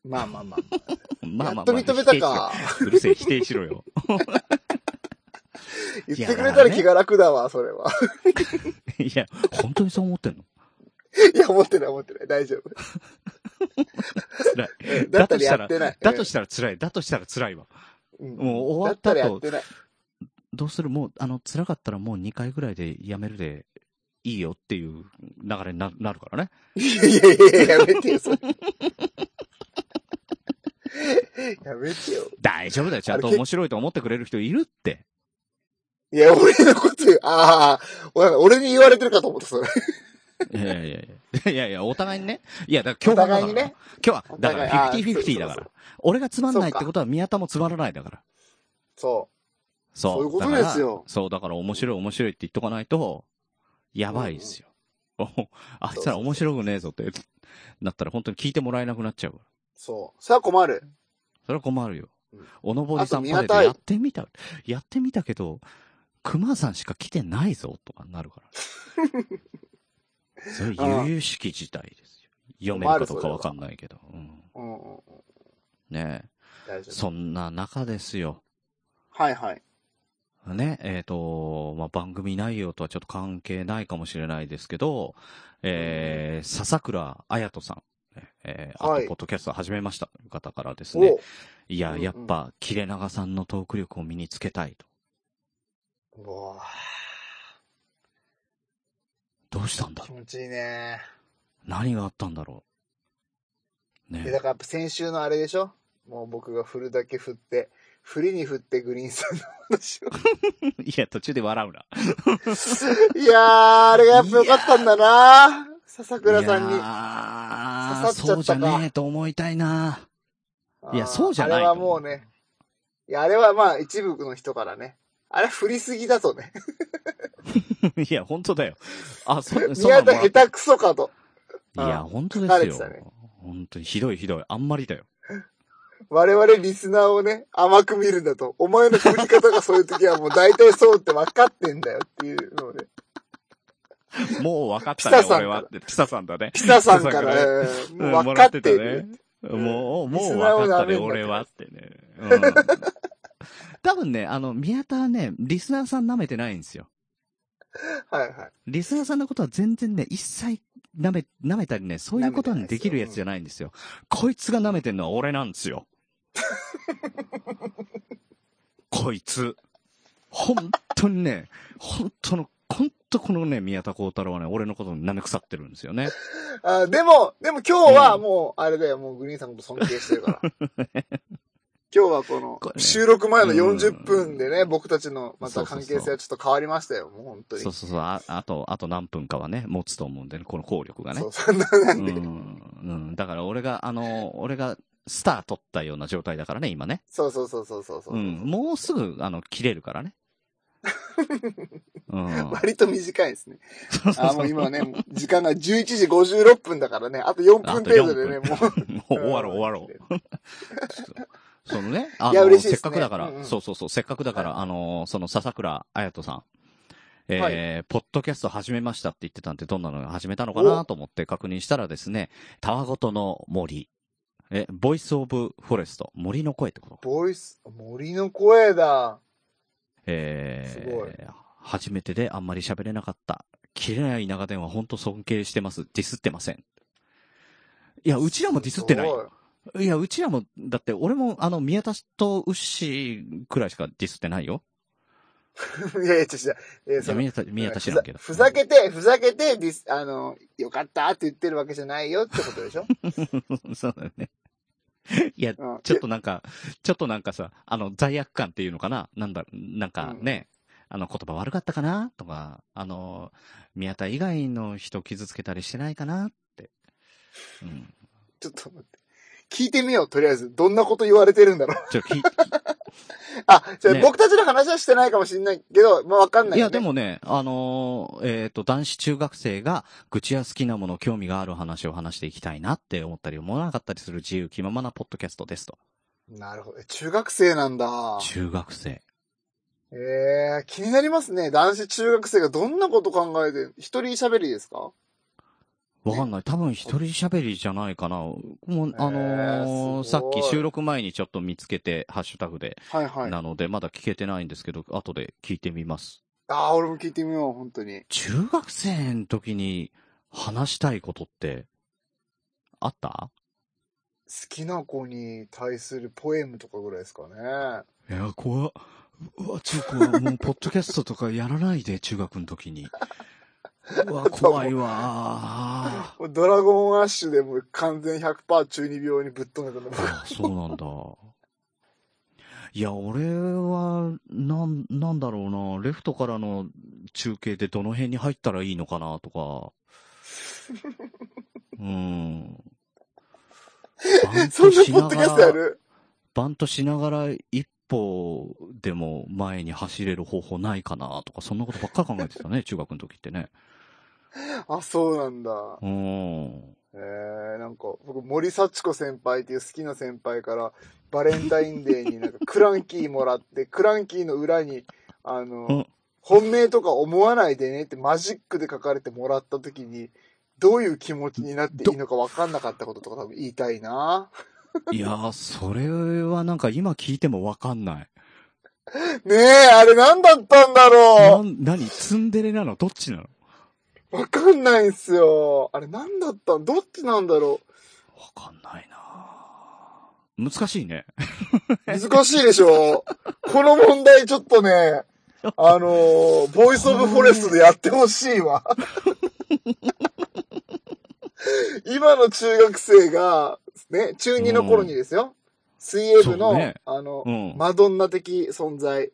まあまあまあ。
まあまあまあ。
やっと認めたか。
否定しろ。うるせえ、否定しろよ。
言ってくれたら気が楽だわ、それは。
いや、本当にそう思ってんの
いや、思ってない、思ってない。大丈夫。
辛
う
い。
んだ
だ
っ
と
たら
した
や
ら
っ、てない。
だとしたら辛い。だとしたら辛いわ。
うん
もう終わったと
だったらやって
どうするもう、あの、辛かったらもう2回ぐらいでやめるでいいよっていう流れにななるからね。
ない。いやいやいや、やめてよ、それ。やめてよ。
大丈夫だよ。ちゃんと
あれけ
面白いと思ってくれる人いるって。
いや、俺のこと言う、ああ、俺俺に言われてるかと思った、それ。
いやいやいや。いやいや、お互いにね。いや、だから今日
お互いにね
今日は、だか
お互い
ら
あー
50-50だか
そうそう
ら。俺がつまんないってことは宮田もつまらないだから。
そ
そう。
そういうこと
だから
ですよ
そう、だから面白い面白いって言っとかないと、やばいですよ。 あいつら面白くねえぞって、なったら本当に聞いてもらえなくなっちゃうから。
う。そう。それは困る。
それは困るよ
うん。
おのぼりさん
あと
パレー
宮
ド
田
やってみた、やってみたけど、熊さんしか来てないぞとかなる から。それ悠々しき事態ですよ。読めるかどうかわかんないけど。うん、
うんうんうん。
ねえ
大丈夫。
そんな中ですよ。
はいはい。
ね、えっ、と、まあ、番組内容とはちょっと関係ないかもしれないですけど、えー、笹倉綾人さん、えー、
は
あ
い
と、ポッドキャスト始めましたという方からですね、
お
い
うん
や、
うん
やっぱ、切れ長さんのトーク力を身につけたいと。
うわ
どうしたんだ
気
ろう
持ちいいね。
何があったんだろう
で、
ね
だ。からやっぱ先週のあれでしょもう僕が振るだけ振って、振りに振ってグリーンさんの話を。
いや、途中で笑うな。
いやー、あれがやっぱ良かったんだな笹倉さんに。
あ
刺さっちゃ
そ
ったか
うじゃねえと思いたいな。 いや
あー
そうじゃない
あれはもうね。いや、あれはまあ一部の人からね。あれ振りすぎだとね。
いや、本当だよ。あ、そ、そんな
宮
んも
田
らっ
下
た
手くそかと。
いや、
うん
本当で
慣
す
れて
よ
たね。
本当にひどいひどい。あんまりだよ。
我々リスナーをね、甘く見るんだと。お前の振り方がそういう時はもう大体そうって分かってんだよっていうのをね。
もう分かった
ピ
ね
サ、さん
俺は。ピサさんだね。
ピサさんから、
ピ
えーもう
もら
分か
っ
ってて
た
る
ね。 もう、
リ
もう
ス
分
ナーを
かった
舐め
ね、
んだ
俺はってね。うん。多分ね、あの、宮田はね、リスナーさん舐めてないんですよ。
はいはい。
リスナーさんのことは全然ね、一切舐め、舐めたりね、そういうことにできるやつじゃないんですよ。こいつが舐めてんのは俺なんです よ。こいつ。本当にね、本当の、本当このね、宮田幸太郎はね、俺のことを舐め腐ってるんですよね。
あでも、でも今日はもう、あれだよ、もうグリーンさんのこと尊敬してるから。 今日はこの
これ、ね
収録前の40分でね、僕たちのま
そ
た
うそう
関
そう
係性はちょっと変わりましたよ、もう本当に。
そうそうそう、ああと、あと何分かはね、持つと思うんでね、この効力がね
そ。うそうなな
うんん、
で
うん。だから俺が、あの、俺がスター取ったような状態だからね、今ね。
そうそうそうそうそうそう、
うん。もうすぐ、あの、切れるからね。 うん。
割と短いですね。
そうそう
あ、もう今ね、時間が11時56分だからね、あと4分程度でね、もう。
もう終わろう、終わろう。その ね、あ
いや
の、
嬉しい
せ
で
っ
すね
かくだから、
うんうん
そうそうそう、せっかくだから、あの、その、笹倉綾人さん。えーポッドキャスト始めましたって言ってたんで、どんなの始めたのかなと思って確認したらですね、たわごとの森。え、ボイスオブフォレスト。森の声ってことか。
ボイス、森の声だ。
えー
すごい
初めてであんまり喋れなかった。切れない長電話、ほんと尊敬してます。ディスってません。いや、うちらもディスってない
す。ご
いや、うちらも、だって俺も、あの、宮田とウッシーくらいしかディスってないよ。
いいやいや、ちょっと違う、えー
いや、
その
宮田、宮田知らんけど。
ふざふざけて、ふざけて、ディス、あの、よかったって言ってるわけじゃないよってことで しょ
うん。そうだよね。いや、
うん
ちょっとなんか、ちょっとなんかさ、あの、罪悪感っていうのかななんだ、なんかね、あの、言葉悪かったかなとか、あの、宮田以外の人傷つけたりしてないかなって。うん。
ちょっと待って。聞いてみよう、とりあえず。どんなこと言われてるん だろう。
ちょ、き、
あ、それ
ね
僕たちの話はしてないかもしれないけど、まあわかんないいよ
や、
ね、
でもね、あのーえっ、と、男子中学生が愚痴や好きなもの、興味がある話を話していきたいなって思ったり思わなかったりする自由気ままなポッドキャストですと。
なるほど。え中学生なんだ。
中学生。
ええー、気になりますね。男子中学生がどんなこと考えてる、一人喋りですか
わかんない。多分一人喋りじゃないかな。もう、あのー
す
さっ
ごい
き収録前にちょっと見つけて、ハッシュタグで、
はいはい。あ
なので、まだ聞けてないんですけど、後で聞いてみます。
あー、俺も聞いてみよう、本当に。
中学生の時に話したいことって、あった
好きな子に対するポエムとかぐらいですかね。
いや、怖っ。うわ、ちょ、怖い。もう、ポッドキャストとかやらないで、中学の時に。うわ、怖い わ。あ
もうドラゴンアッシュでもう完全100%中二病にぶっ飛んでたんだ。
あそうなんだ。いや、俺は、なん、なんだろうな。レフトからの中継でどの辺に入ったらいいのかな、とか。うん。
そんなポッドキャストやる
バントしながら一歩でも前に走れる方法ないかなとか、そんなことばっかり考えてた ね、中学の時ってね。
あ、そうなんだ。
うーん。
えー、なんか、僕、森幸子先輩っていう好きな先輩から、バレンタインデーになんかクランキーもらって、 クランキーの裏に、あの、
うん
本命とか思わないでねってマジックで書かれてもらった時に、どういう気持ちになっていいのか分かんなかったこととか多分言いたいな。
いやー、それはなんか今聞いてもわかんない。
ねえ、あれ何だったんだ
な
ろ
ん、何ツンデレなのどっちなのわ
う分かんないんすよ。あれ何だったんどっちなんだろ
かんないなー難しいね。
う難しいでしょこの問題ちょっとね、あのーボイスオブフォレストでやってほし いわ。今の中学生が、ね、中2の頃にですよ。水泳部の、
そうね
あの、
うん。
マドンナ的存在。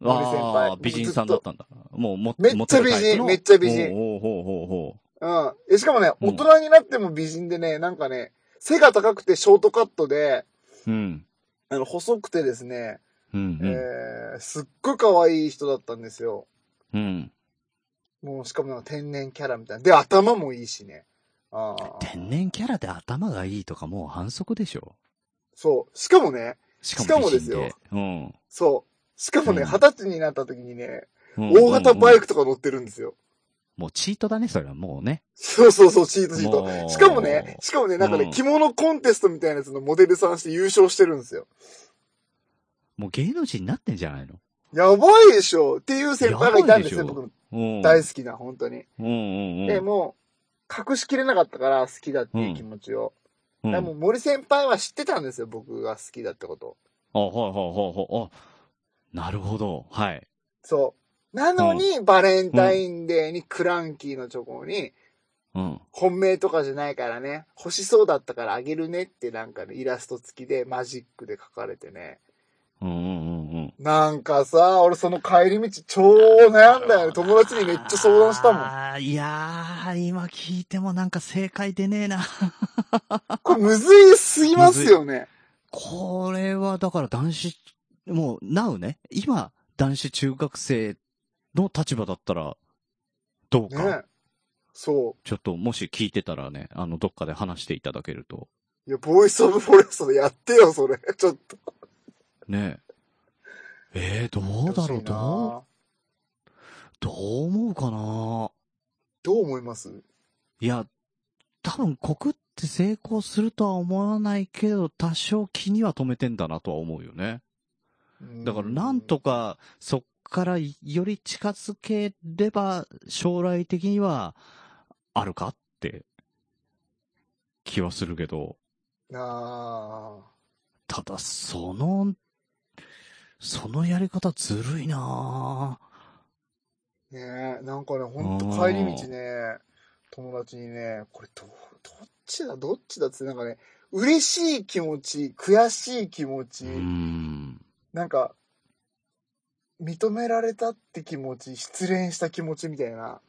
森先輩
あー美人さんだったんだ。もう、も、
めっちゃ
モテるタイプの
美人めっちゃ美人
ほうほうほうほ
うん。えしかもね、
うん
大人になっても美人でね、なんかね、背が高くてショートカットで、
う。うん。
あの、細くてですね、
うん、うん。
えー、すっごい可愛い人だったんですよ。
うん。
もう、しかもなんか天然キャラみたいな。で、頭もいいしね。ああ。
天然キャラで頭がいいとかもう反則でしょ。
そう。しかもね、
しかも
しかも
美
です
人で
よ。
うん。
そう。しかもね、
うん
二十歳になった時にね、
大
大型バイクとか乗ってるんですよ。
もうチートだね、それはもうね。
そうそうそう、チートチート。
もう
しかもね、しかもね、なんか
う
ね
ん、
着物コンテストみたいなやつのモデルさんして優勝してるんですよ。
もう芸能人になってんじゃないの
やばいでしょっていう先輩がいたんです
や
よ、
ばいでしょ
僕の
うん。
大好きな、本当に。
うんうんうん。
で、もう、隠しきれなかったから好きだっていう気持ちを。
うん、
で
あ、
もう森先輩は知ってたんですよ、僕が好きだってこと。
ほうほうほうほう。あ、なるほど。はい。
そう。なのに、バレンタインデーにクランキーのチョコに、
うん。
本命とかじゃないからね、欲しそうだったからあげるねってなんかね、イラスト付きでマジックで書かれてね。
うんうんうんうん。
なんかさ、俺その帰り道超悩んだよね。友達にめっちゃ相談したもん。
あーいやー、今聞いてもなんか正解出ねえな。
これむずいすぎますよね。
これはだから男子、もう、なうね。今、男子中学生の立場だったら、どうか。
ね。そう。
ちょっと、もし聞いてたらね、あの、どっかで話していただけると。
いや、ボイスオブフォレストでやってよ、それ。ちょっと。
ねえ。えー、どうだろうどう、どう思うかな
どう思います
いや、多分告って成功するとは思わないけど、多少気には止めてんだなとは思うよね。だからなんと。か、そっからより近づければ、将来的には、あるかって。気はするけど、
あ
ただ、その、そのやり方ずるいなぁ
あ。ねえ、なんかね、ほんと帰り道ね、友達にね、これどう、どっちだ、どっちだって、なんかね、嬉しい気持ち、悔しい気持ち、
うーん。
なんか、認められたって気持ち、失恋した気持ちみたいな。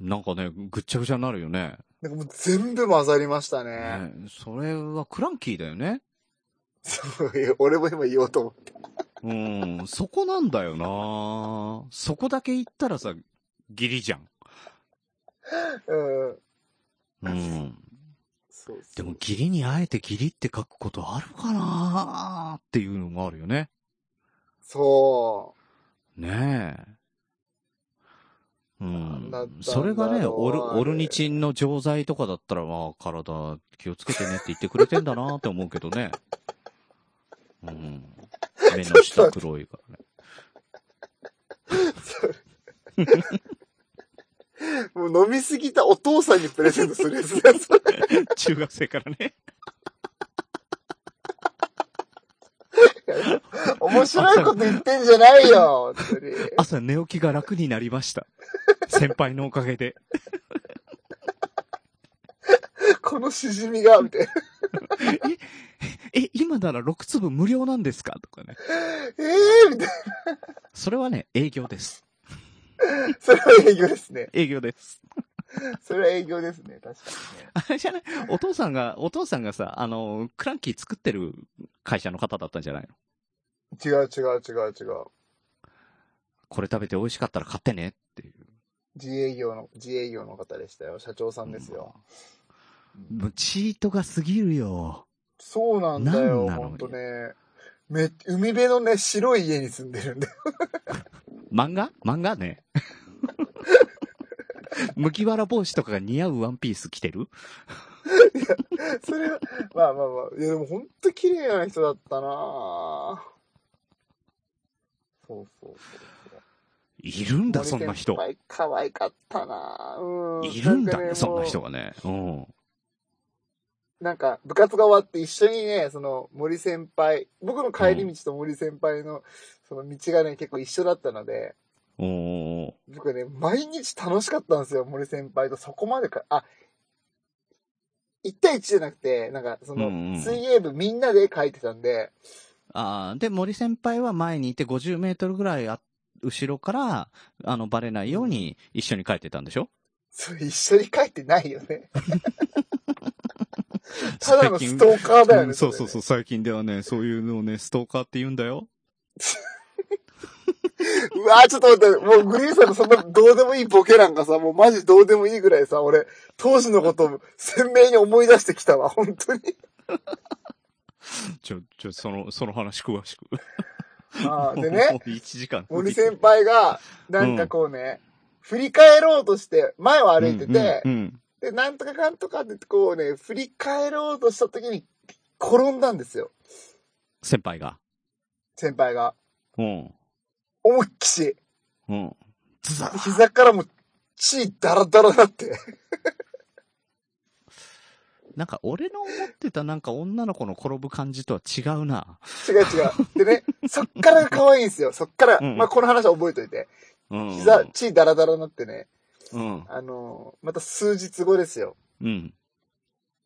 なんかね、ぐっちゃぐちゃになるよね。
なんかもう全部混ざりましたね。
ねそれはクランキーだよね。
そういう、 俺も今言おうと思って。
うん、 そこなんだよなぁそこだけ言ったらさ、ギリじゃん。
うん。
うん。
そうそう
でも、ギリにあえてギリって書くことあるかなーっていうのがあるよね。
そ
ねえ。う
なんだったん
ん
だろ。う
それがね、オル、オルニチンの錠剤とかだったら、まあ、体気をつけてねって言ってくれてんだなーって思うけどね。うん。目の下黒いからね。
う。もう飲みすぎたお父さんにプレゼントするやつだよ、それ。
中学生からね。
面白いこと言ってんじゃないよ、本当に。
朝寝起きが楽になりました。先輩のおかげで。
このしじみが、みたいな。
え、今なら6粒無料なんですかとかね。
ええみたいな。
それはね、営業です。
それは営業ですね。
営業です。
それは営業ですね、確かにね。
あれ じゃないお父さんが、お父さんがさ、あの、クランキー作ってる会社の方だったんじゃないの
違う違う違う違う。
これ食べて美味しかったら買ってねっていう。
自営業の、自営業の方でしたよ。社長さんですよ。
うん。もうチートが過ぎるよ。
そうなんだ
な
よ、
んなの
ほんとね。め、海辺のね、白い家に住んで るんだよ。
漫画漫画ね。 麦わら帽子とかが似合うワンピース着てる
それは、まあまあまあ。いや、でもほんと綺麗な人だったなぁそうそうそう。
いるんだ、そんな人。
森先輩可愛かったなうん。
いるんだ、
かね
そんな人。がね。うん。
なんか、部活が終わって一緒にね、その、森先輩、僕の帰り道と森先輩の、その道がね、結構一緒だったので、
おー
僕ね、毎日楽しかったんですよ、森先輩と。そこまでか、あ、1対1じゃなくて、なんか、その
うんうん、
水泳部みんなで書いてたんで、
ああ、で、森先輩は前にいて50メートルぐらいあ後ろから、あの、バレないように一緒に帰ってたんでしょ
それ一緒に書いてないよ ね。ただのストーカーだよ
う
ね。
んそうそう
れね
そう、最近ではね、そういうのをね、ストーカーって言うんだよ。
うわーちょっと待って、もうグリーンさんのそんなどうでもいいボケなんかさ、もうマジどうでもいいぐらいさ、俺、当時のことを鮮明に思い出してきたわ、本当に。
ちょ、ちょ、その、その話詳しく。
あー で
も
ね、
う1時間。
森先輩が、なんかこうね、振り返ろうとして、前を歩いてて、
うんうん
で、なんとかかんとかってこうね、振り返ろうとした時に、転んだんですよ、
先輩が。
先輩が。
うん。
思いっきし。
うん。ズザ
で
ー
膝からも血ダラダラだって。
なんか、俺の思ってたなんか女の子の転ぶ感じとは違うな。
違う違う。でね、そっからが可愛いんですよ。そっから、
うん
まあ、この話は覚えといて。
うん。
膝、血ダラダラになってね、
うん。
あのーまた数日後ですよ。
うん。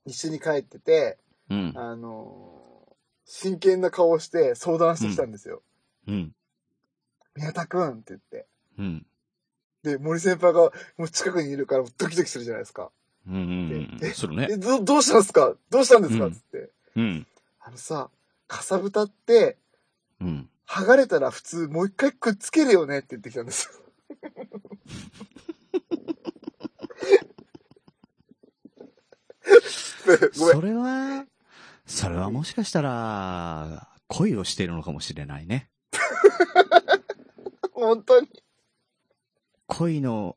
一緒に帰ってて、
うん。
あのー真剣な顔をして相談してきたんですよ。
うん。
宮田くんって言って。
うん。
で、森先輩がもう近くにいるからドキドキするじゃないですか。
うんうん。うん。するね
え、。ど、どうしたんですかどうしたんですか、
うん
つって。
うん。
あのさ、かさぶたって、
うん。
剥がれたら普通もう一回くっつけるよねって言ってきたんですよ。 ごめん
それは、それはもしかしたら、恋をしているのかもしれないね。
本当に。
恋の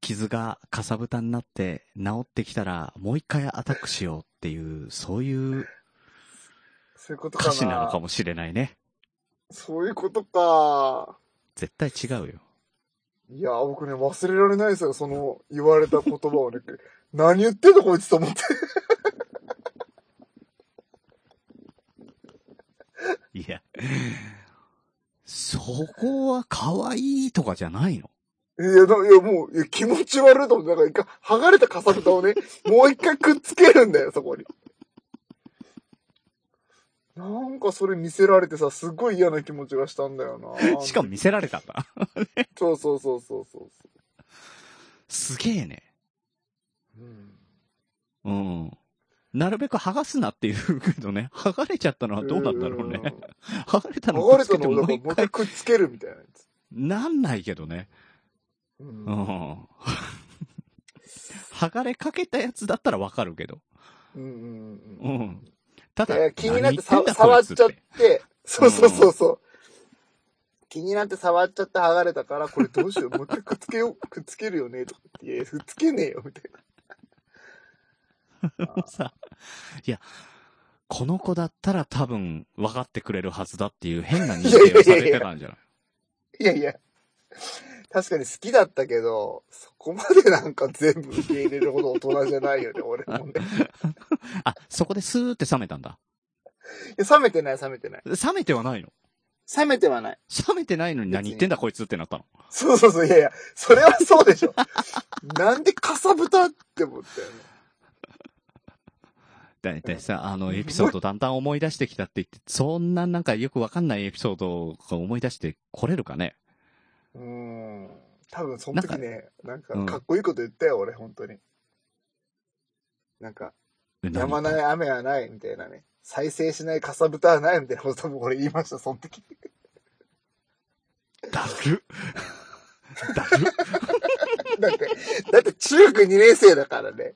傷がかさぶたになって治ってきたら、もう一回アタックしようっていう、そういう
そういうことかな。
歌詞なのかもしれないね。
そういうことか。
絶対違うよ。
いや、僕ね、忘れら れないですよ。その、言われた言葉をね。何言ってんのこいつと思って。
いや、そこは可愛いとかじゃないの
いや、だいやもう、いや気持ち悪いと思って、なんか一回、剥がれたかさぶた をね、もう一回くっつけるんだよ、そこに。なんかそれ見せられてさ、すごい嫌な気持ちがしたんだよな。
しかも見せられたんだ。
そうそうそうそうそうそ
すげえね。
う。うん
うん。なるべく剥がすなっていうけどね、剥がれちゃったのはどうなんだろうね。剥がれたの
剥が
を
れ
つ
た
けて
のを
も
だ
う
から
一
もう
回
一回、くっつけるみたいなやつ。
なんないけどね。
う。
うんん。 剥がれかけたやつだったらわかるけど。
うんうん
う
うん。
ん。た
い
だ
や、気になってさ
何言んだ
触
こ
っ
いつ
ちゃって、そうそうそうそう。気になって触っちゃって剥がれたから、これどうしよう、もう一回くっつけよう、くっつけるよね、とか言って、いや、くっつけねえよ、みたいな。
さ、いや、この子だったら多分分かってくれるはずだっていう変な認定をされてたんじゃない
いやいや、確かに好きだったけど、そこまでなんか全部受け入れるほど大人じゃないよね、俺もね。
あ、そこでスーって冷めたんだ。
いや冷めてない、冷めてない。
冷めてはないの
冷めてはない。
冷めてないのに何言ってんだこいつってなったの。
そうそうそう、いやいや、それはそうでしょ。なんでかさぶたって思ったよね。
だいたいさ、あのエピソードだんだん思い出してきたって言って、そんななんかよくわかんないエピソードが思い出してこれるかね。
うーん。多分その時ね、なんか
うん
かっこいいこと言ったよ、俺、本当に。なんか、やまない雨はない、みたいなね。再生しないかさぶたはない、みたいなこと多分俺言いました、その時。
だる。だる。
だって、だって中学2年生だからね。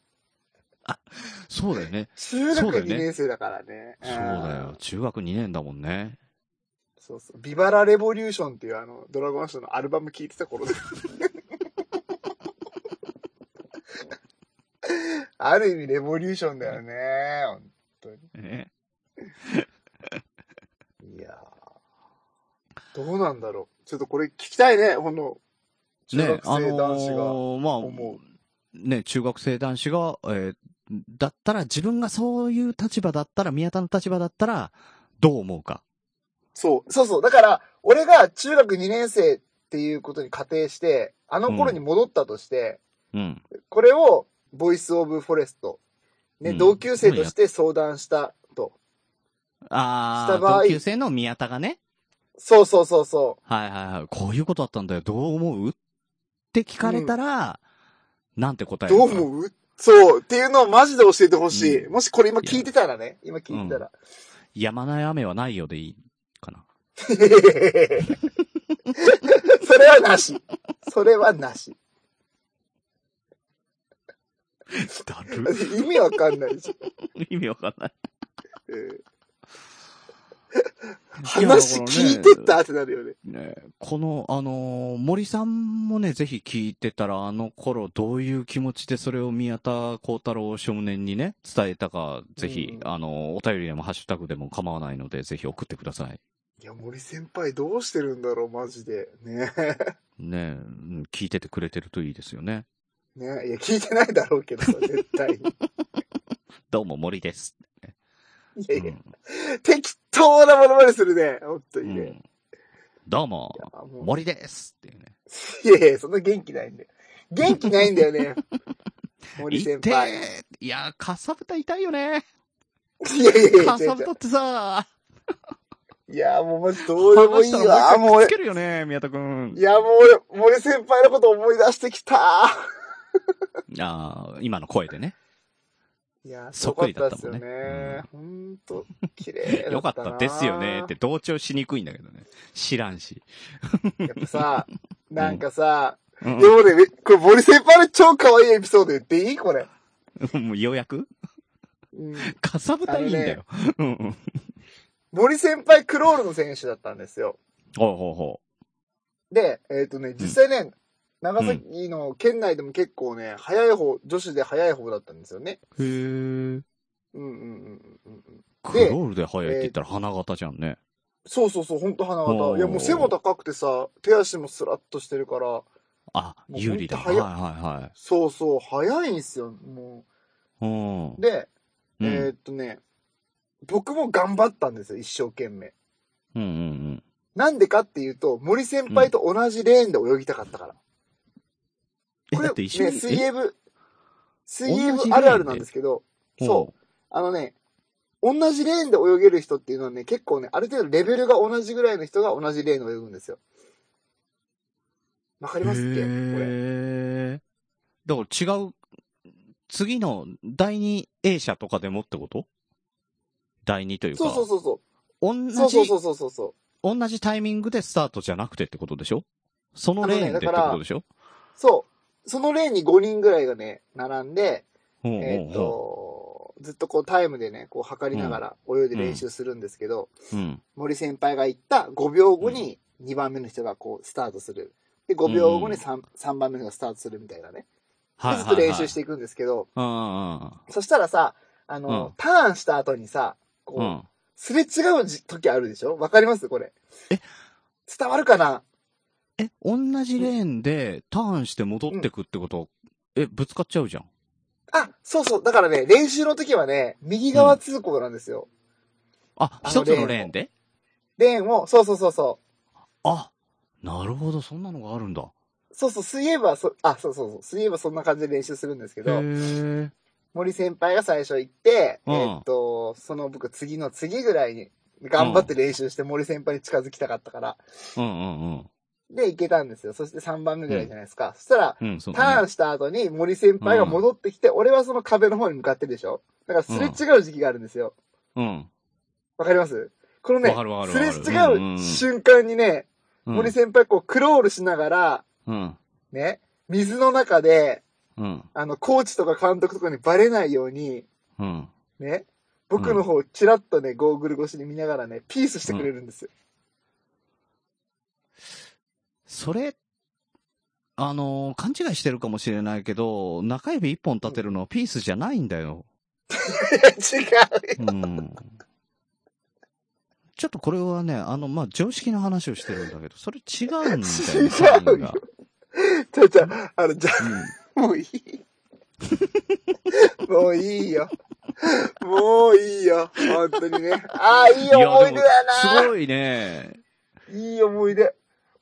そうだよね。
中
そう
学
だよ
2
ね
年生だからね。
そうんだよ。。中学2年だもんね。
そうそう。ビバラレボリューションっていうあの、ドラゴンアッシュのアルバム聴いてた 頃で。ある意味レボリューションだよね。本当に。
え
いやーどうなんだろう。ちょっとこれ聞きたいね、この、中
ね
学、生男子が
ーまあ、
思
ね、中学生男子が、えーだったら、自分がそういう立場だったら、宮田の立場だったら、どう思うか。
そう、そうそう。だから、俺が中学2年生っていうことに仮定して、あの頃に戻ったとして、
うん。
これを、ボイスオブフォレスト、ね、
うん
同級生として相談したと。
あ
し
あ、
た場合
同級生の宮田がね、
そうそうそうそ
はいはいはい、こういうことだったんだよ、どう思うって聞かれたら、なんて答
う。
える
ど
か
う思うそう。っていうのをマジで教えてほしい。
うん
もしこれ今聞いてたらね。今聞いてたら。
やまない雨はないよでいいか な。
それ はなし。それはなし。
だ
だっ
る。
て意味わかんないし。
意味わかんない。
うん
いやだからね
話聞いてったってなるよね。
ね、この、あのー森さんもね、ぜひ聞いてたら、あの頃どういう気持ちでそれを宮田幸太郎少年にね、伝えたか、ぜひ、
うん
あのーお便りでもハッシュタグでも構わないので、ぜひ送ってください。
いや、森先輩どうしてるんだろう、マジで。ね
ね、うん聞いててくれてるといいですよね。
ねいや、聞いてないだろうけどさ、絶対に。
どうも森です。
いうやいや、
ん
適当なものまでするね。ほんとに
う
ね。
んどうも
いやもう
森ですっていうね。
いやいや、そんな元気ないんだよ。元気ないんだ よね。森先輩。い
痛えいや、かさぶた痛いよね。
やいやいや
か
違う
さ
違
ぶたってさ、
う、いや、もうマジどうでもいいわ。
話
もう
したらもう一回くっ
俺
つ、けるよね、宮田くん
い。や、もう俺、森先輩のこと思い出してきた。
あー今の声でね。
いや、
そっくりだった
す
もん
ごか
ね
ったですよね。ほんと、綺麗だ
よか
っ
った
な
たですよねって同調しにくいんだけどね。知らんし。
やっぱさ、なんかさ、
うん
でもね、これ森先輩の超可愛いエピソード言っていいこれ。
もうようやく
うん
かさぶたいいんだよ。うんうん。
森先輩クロールの選手だったんですよ。
ほうほうほ
で、えっ、とね、実際ね、長崎の県内でも結構ね、早い方、女子で早い方だったんですよね。
う。へえ。
うんうんうんうんうん。
クロールで早いって言ったら花形じゃんね。
そうそうそう、ほんと花
お
形。
ー
いや、もう背も高くてさ、手足もスラッとしてるから、
あ、
もう
有利だ。は
ほん
い
と
は
早
いは
そうそう、早いんすよ、も
い。うん
う。。で、
うん
えーっとね、僕も頑張ったんですよ、一生懸命。
うんうん
なんでかっていうと、森先輩と同じレーンで泳ぎたかったから。
え
これ、
だって一緒に
ね、水泳部、水泳
同じレーン
部
で
あるあるなんですけど、
うん。
そう。あのね、同じレーンで泳げる人っていうのはね、結構ね、ある程度レベルが同じぐらいの人が同じレーンで泳ぐんですよ。わか
う
りますっけこれ。
へー。だから違う、次の第二 A 社とかでもってこと第二というか。
そうそうそうそう。
同じ
そうそうそうそうそうそう。
同じタイミングでスタートじゃなくてってことでしょそのレーンでってことでしょ、
そう。そのレーンに5人ぐらいがね、並んで、
うんうんうん
えーっ、と、ずっとこうタイムでね、こう測りながら泳いで練習するんですけど、
うん。
森先輩が言った5秒後に2番目の人がこうスタートする。で、5秒後に 3, 三番目の人がスタートするみたいなね。
はいはい、
ず
は
っ
い。
と練習していくんですけど、
うんうんうん。
そしたらさ、あの、
うん
ターンした後にさ、こう、
うん。
すれ違うじ時あるでしょわかりますこれ。
え
伝わるかな
え、同じレーンでターンして戻ってくってこと、え、ぶつかっちゃうじゃん。
あ、そうそう。だからね、練習の時はね、右側通行なんですよ。
あ、
あの
一つのレーンで
レーンを、そうそうそうそ
あ、なるほど、そんなのがあるんだ。
う。そうそう、水泳部はそ、あ、そうそうそう、水泳部はそんな感じで練習するんですけ
へ
ど、
ー。
森先輩が最初行って、
うん
えーっと、その僕次の次ぐらいに、頑張って練習して森先輩に近づきたかったから、
うんうんうん。
で、行けたんですよ。そして3番目ぐらいじゃないですか。そしたら、
うん、そう
タ
だ
ー
ね
ンした後に森先輩が戻ってきて、俺はその壁の方に向かってるでしょだからすれ違う時期があるんですよ。
うん。
わかりますこのね
わかるわか、る
す
わか
れ
る
違う瞬間にね、
うん。
森先輩こうクロールしながら、
うん。
ね、水の中で、
うん。
あの、コーチとか監督とかにバレないように、
うん。
ね、僕の方をチラッとね、ゴーグル越しに見ながらね、ピースしてくれるんですよ。
それ、あのー勘違いしてるかもしれないけど、中指一本立てるのはピースじゃないんだよ。
いや
う
違
んちょっとこれはね、あの、まあ、常識の話をしてるんだけど、それ違うんだよね、
違うよう。ちょ、ちょ、あの、じゃ
サインが
あ、もういい。もういいよ。もういいよ。本当にね。ああ、いい
うんや
思い出
でも
だ
す
な
ごいね。
いい思い出。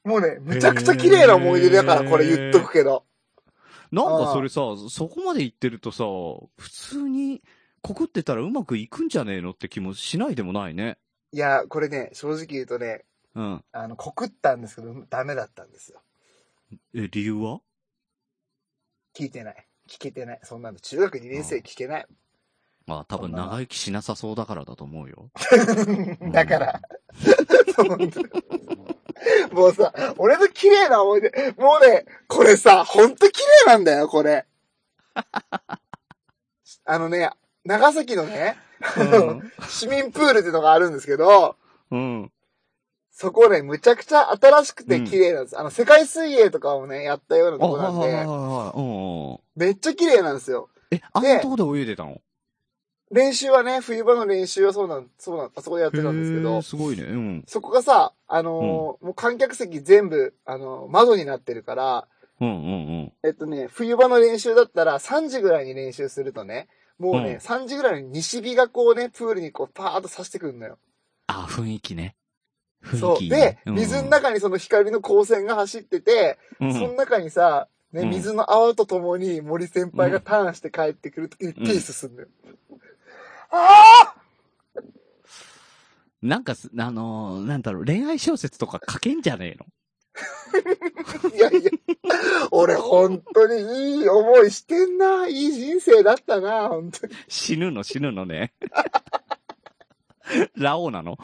もうね、むちゃくちゃ綺麗な思い出だか
へ
ら、
ー
これ言っとくけど。
なんかそれさ、そこまで言ってるとさ、普通に告ってたらうまくいくんじゃねえのって気もしないでもないね。
いや、これね、正直言うとね、
うん。
あの、告ったんですけど、ダメだったんですよ。
え、理由は
聞いてない。聞けてない。そんなの、中学2年生聞けない。
まあ、多分長生きしなさそうだからだと思う よ。
だから。本当にもうさ、俺の綺麗な思い出、もうね、これさ、ほんと綺麗なんだよ、これ。あのね、長崎のね、 市民プールっていうのがあるんですけど、
うん。うん。
そこね、むちゃくちゃ新しくて綺麗なんです。あの、世界水泳とかをね、やったような
あ、
とこ
は
ないん
はいはいは
で、
い。うんうん。
めっちゃ綺麗なんですよ。
え、あんなとこで泳いでたの
練習はね、冬場の練習はそうなん、そうなん、あそこでやってたんですけ
へ
ど
ー、すごいね。うん。
そこがさ、あのーもう観客席全部、あのー窓になってるから、
うんうんうん。
えっとね、冬場の練習だったら3時ぐらいに練習するとね、もう
う
ね、
ん
3時ぐらいに西日がこうね、プールにこうパーッと差してくるのよ。
あ、雰囲気ね。雰
そ
囲
う。
気、
で
ね。、
水の、中にその光の光線が走ってて、
うん、
その中にさ、ね、
うん
水の泡とともに森先輩がターンして帰ってくるときにピースすんのよ。ああ
なんかす、あのーなんだろう、恋愛小説とか書けんじゃねえの
いやいや、俺本当にいい思いしてんな。いい人生だったな、本当に。
死ぬの、死ぬのね。 ラオウなの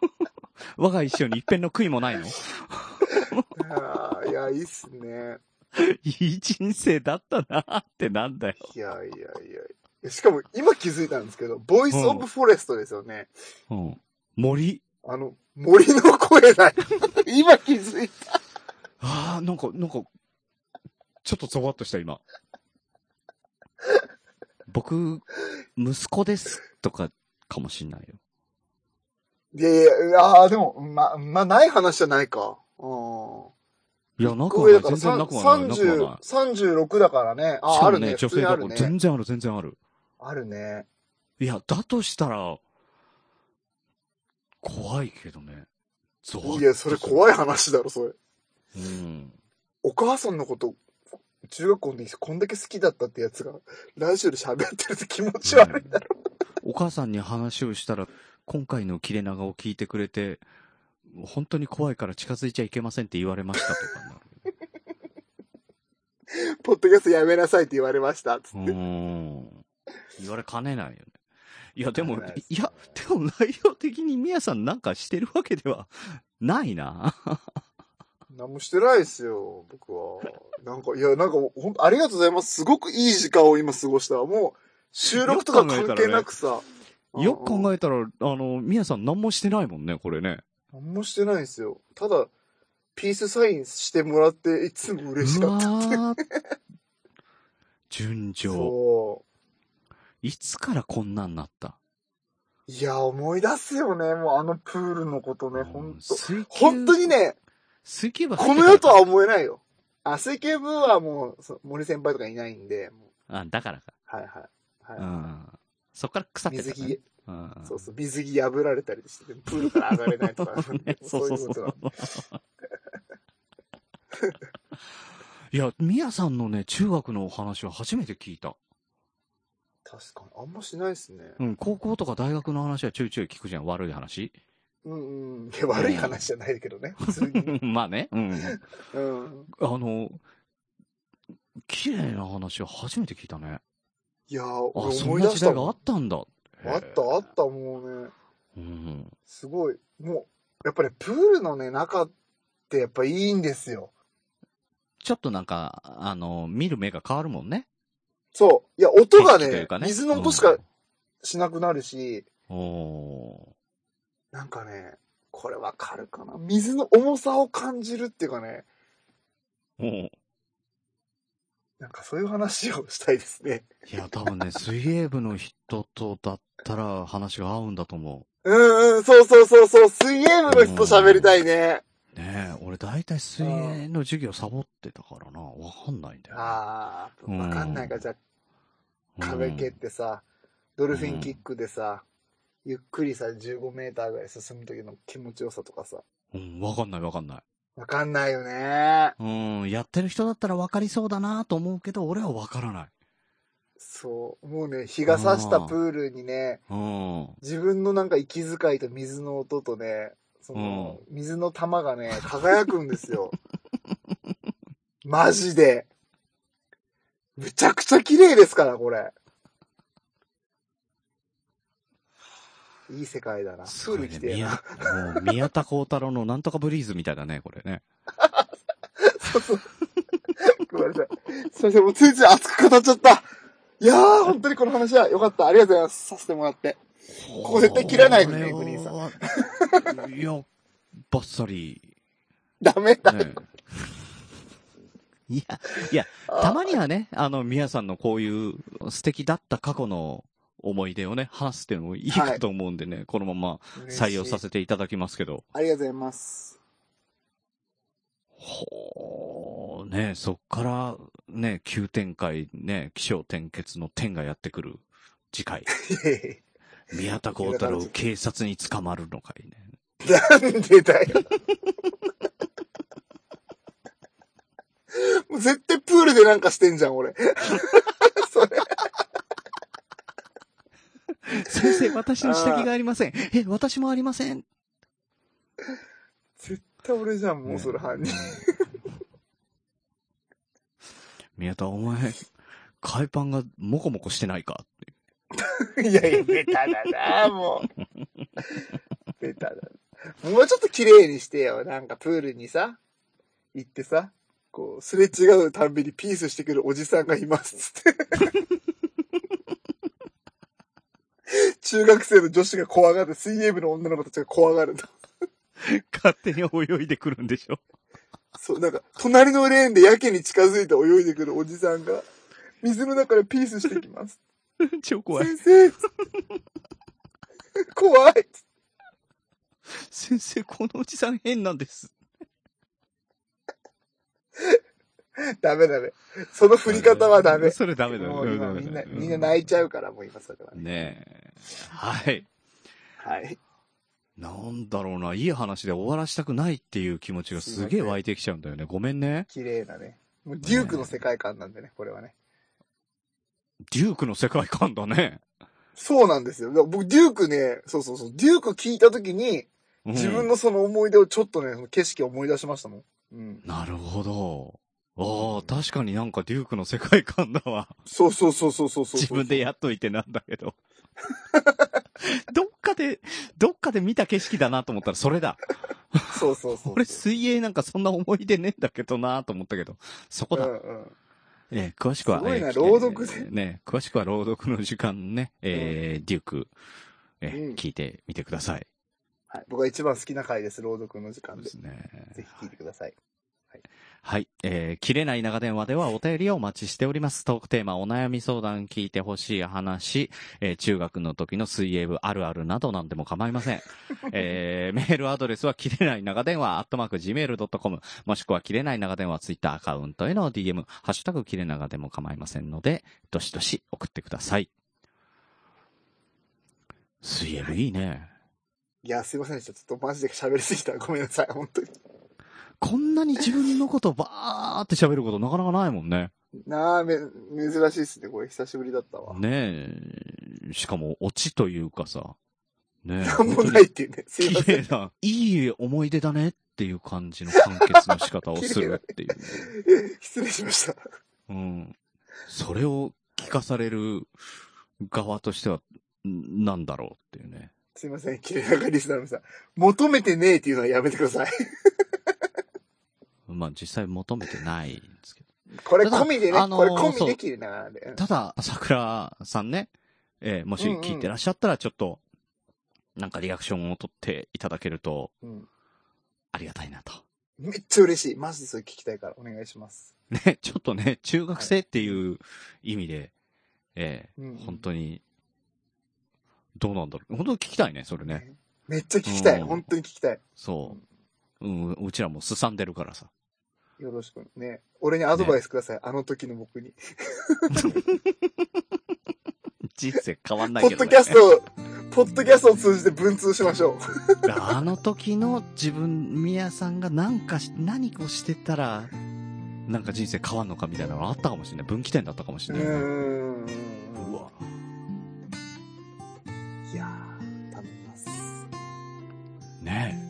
我が一生に一片の悔いもないの
あーいや、いいっすね。
いい人生だったなってなんだよ。
いやいやいや。しかも、今気づいたんですけど、ボイスオブフォレストですよね。
うん。森。
あの、森の声 だよ。今気づいた。
ああ、なんか、なんか、ちょっとゾワっとした、今。僕、息子ですとか、かもしんないよ。
いやいや、ああ、でも、ま、まあ、ない話じゃないか。うん。
いや、なくは
上
な
だ
い。全
から、
然
さ
なくはない。
ん
なくはない
30。36だからね。
し
あ、
か
あ
も
る
ね、
ね。
女
普
性
通にあ
だと
るね。
全然ある、全然ある。
あるね。
いや、だとしたら、怖いけどね。ゾワッと
いや、それ怖い話だろ、それ。
する。うん。
お母さんのこと、中学校の時こんだけ好きだったってやつが、ラジオで喋ってるって気持ち悪いだろ。
お母さんに話をしたら、今回の切れ長を聞いてくれて、本当に怖いから近づいちゃいけませんって言われましたとかになる。
ポッドキャストやめなさいって言われました。つ
う
っ
ー
て。
ん。言われかねないよね。いや、でも
わからない、です
い
ね
や、でも内容的にみやさんなんかしてるわけではないな。
何もしてないですよ、僕は。なんか、いや、なんか、ほんとありがとうございます。すごくいい時間を今過ごした。もう、収録とか関係なくさ。
よく
え
考えたら、あの、みやさん何もしてないもんね、これね。
何もしてないですよ。ただ、ピースサインしてもらって、いつも嬉しかったっていうう。
わー順調。
そう。
いつからこんなんなった
いや、思い出すよね。もうあのプールのことね、ほんと。
水球
本当に。ね、
水球部入っ
こ
て
の
から
世とは思えないよ。 あ、水球部はもう、そう森先輩とかいないんで、もう
あ、だからか。
はいはい。
う
は
ん。そっから腐っ
い、
てた、
水
ね。
着、
うん。
そうそう、水着破られたりして、プールから上がれないとか
ね、 そうそう
こと
そ
なん
う。いや、みやさんのね、中学のお話は初めて聞いた。
確かに、あんましないですね。
うん、高校とか大学の話はちょいちょい聞くじゃん、悪い話。
うんうん。いや、悪い話じゃないけどね、普通に。
まあね、うん。
うん。
あの、綺麗な話は初めて聞いたね。
いやー、
あ、
俺
そ
思
ん
い
な
出
時
した
代があ
もん
っ。たんだ。
あった、あった、もうね。
うん。
すごい。もう、やっぱりプールのね、中ってやっぱいいんですよ。
ちょっとなんか、あの、見る目が変わるもんね。
そう。いや、音が
景色とい
ね
うか、
水の音しかしなくなるし、
うんお
なんかね、これわかるかな。水の重さを感じるっていうかね、
ーおー
なんかそういう話をしたいですね。
いや、多 分ね、水泳部の人とだったら話が合うんだと思う。
うんうん、そうそうそうそう、水泳部の人と喋りたいね。
ねえ、俺大体水泳の授業サボってたからな、わかんないんだよ、ね。
ああ、わかんないか、じゃあ
うん
壁蹴ってさ、ドルフィンキックでさ、ゆっくりさ、15メーターぐらい進む時の気持ちよさとかさ、
うん、わかんないわかんない。
わかんないよね。
うん、やってる人だったらわかりそうだなと思うけど、俺はわからない。
そう。もうね、日が差したプールにね、
うん。
自分のなんか息遣いと水の音とね、その、水の玉がね、輝くんですよ。 マジで。むちゃくちゃ綺麗ですから、これ。いい世界だな。プ
すご
ール
い
来
ね。
てえ
宮
な。
もう宮田幸太郎のなんとかブリーズみたいだね、これね。
ごめんなさい。すいません、もうついつい熱く語っちゃった。いやー、本当にこの話は良かった。ありがとうございます。させてもらって。ここ絶対切らないでねグリーンさ
ん。いや、ばっさり。
ダメだ。
ね、いや、いや、たまにはね、あの、宮さんのこういう素敵だった過去の思い出をね、話すっていうのもいいかと思うんでね、このまま採用さ
て。
せていただきますけど。
ありがとうございます。
ほー、ね、そっから、ね、急展開、ね、気象転結の点がやってくる次回。宮田幸太郎、警察に捕まるのかいね。
なんでだよ。もう絶対プールでなんかしてんじゃん、俺。それ。
先生、私の指摘がありません。え、私もありません。
絶対俺じゃん、もうそれ犯人。
宮田、お前、海パンがモコモコしてないかって。
いやいや、ベタだな、もう。ベタだな。もうちょっと綺麗にしてよ。なんかプールにさ、行ってさ、こう、すれ違うたんびにピースしてくるおじさんがいます、つって。中学生の女子が怖がる、水泳部の女の子たちが怖がるの。
勝手に泳いでくるんでしょ。
そう、なんか、隣のレーンでやけに近づいて泳いでくるおじさんが、水の中でピースしてきます。
超 怖い。
先生 怖い
先生、このおじさん変なんです。
ダメダメ。その振り方はダメ。
それダメだ
も
よ。
う
ダ
今
メ
みん
だ
な、
よ
みんな泣いちゃう
か
から、もう今それは
ら
ね。
ねえ。はい。
はい。
なんだろうな、いい話で終わらしたくないっていう気持ちがすげえ湧いてきちゃうんだよね。ごめんね。
綺麗なね。もうデュークの世界観なんでね、これはね。
デュークの世界観だね。
そうなんですよ。だから僕、デュークね、そうそうそう、デューク聞いたときに、
うん
自分のその思い出をちょっとね、その景色を思い出しましたもん。うん。
なるほど。ああ、確かになんかデュークの世界観だわ。
そうそうそうそうそうそう。
自分でやっといてなんだけど。 どっかで、どっかで見た景色だなと思ったらそれだ。
そうそうそうそう。
俺水泳なんかそんな思い出ねえんだけどなと思ったけど、そこだ。
うんうん。
えー詳しくは、
すごいな
えー
朗読で
えーね、詳しくは朗読の時間ね、えーデューク、えー
うん
聞いてみてください。
はい。僕が一番好きな回です、朗読の
そ
時間
う
で
で。すね。
ぜひ聞いてください。
はい。えー切れない長電話ではお便りをお待ちしております。トークテーマ、お悩み相談、聞いてほしい話、えー中学の時の水泳部あるあるなどなんでも構いません。えーメールアドレスは、切れない長電話、アットマーク、gmail.com、もしくは、切れない長電話、ツイッターアカウントへの DM、ハッシュタグ、切れ長でも構いませんので、どしどし送ってください。水泳部いいね。
いや、すいませんでした。ちょっとマジで喋りすぎた。ごめんなさい、本当に。
こんなに自分のことばーって喋ることなかなかないもんね。
なあ、め、珍しいですね。これ久しぶりだったわ。
ねえ、しかもオチというかさ、ねえ、
なんもないっ ていうね。すいま
綺
せ
麗
ん。
な、いい思い出だねっていう感じの完結の仕方をするって いう。
失礼しました。
うん。それを聞かされる側としては、んなんだろうっていうね。
すいません。切れ長リスナーの皆さん。求めてねえっていうのはやめてくだ さい。
まあ実際求めてないんですけど。
これ込みで
た
ね、
だあのー
これ込み
そう
で切れ長で。うん
ただ、桜さんね、えーもし聞いてらっしゃったらちょっと、なんかリアクションを取っていただけると
うん。
ありがたいなと。
めっちゃ嬉しい。マジでそれ聞きたいからお願いします。
ね、 ちょっとね、中学生っていう意味で、ええ
うん
本当に、どうなんだろう。本当に聞きたいね、それね。
めっちゃ聞きたい。
うん
本当に聞きたい。
そう。うん、うちらもすさんでるからさ。
よろしくね。俺にアドバイスください。あの時の僕に。
人生変わんない
ポ
け
ッ
ど、
ド
ね。
キャストを、ポッドキャストを通じて文通しましょう。
あの時の自分、みやさんが何かし、何をしてたら、なんか人生変わんのかみたいなのあったかもしれない。分岐点だったかもし
う
れないね。
ーん。
うわ。
いやー、頼みます。
ね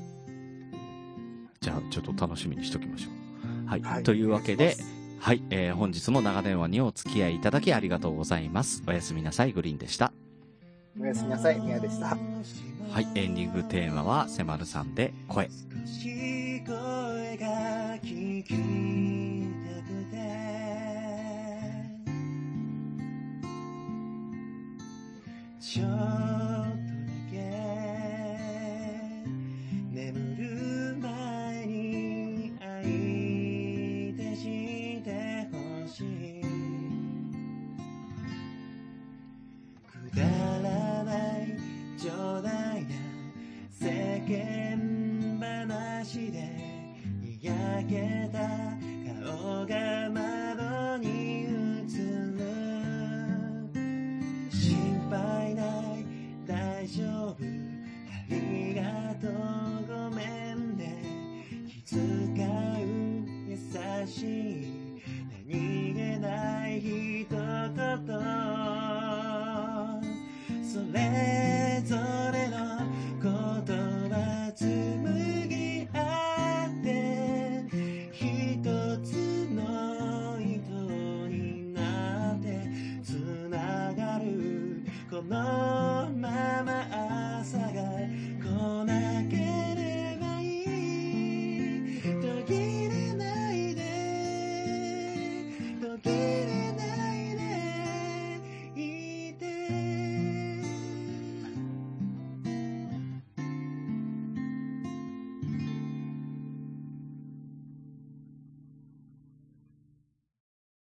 え。じゃあ、ちょっと楽しみにしときましょう。はい。
はい
というわけ
お願
で
いしま、
はい、えー本日も長電話にお付き合いいただきありがとうございます。おやすみなさい、グリーンでした。
おやすみなさい。ミヤでした。
はい、エンディングテーマは、せまるさんで、声。
少し声が聞きたくてちょっとだけ眠る前に相手してほしいくだらない冗談や世間話でにやけた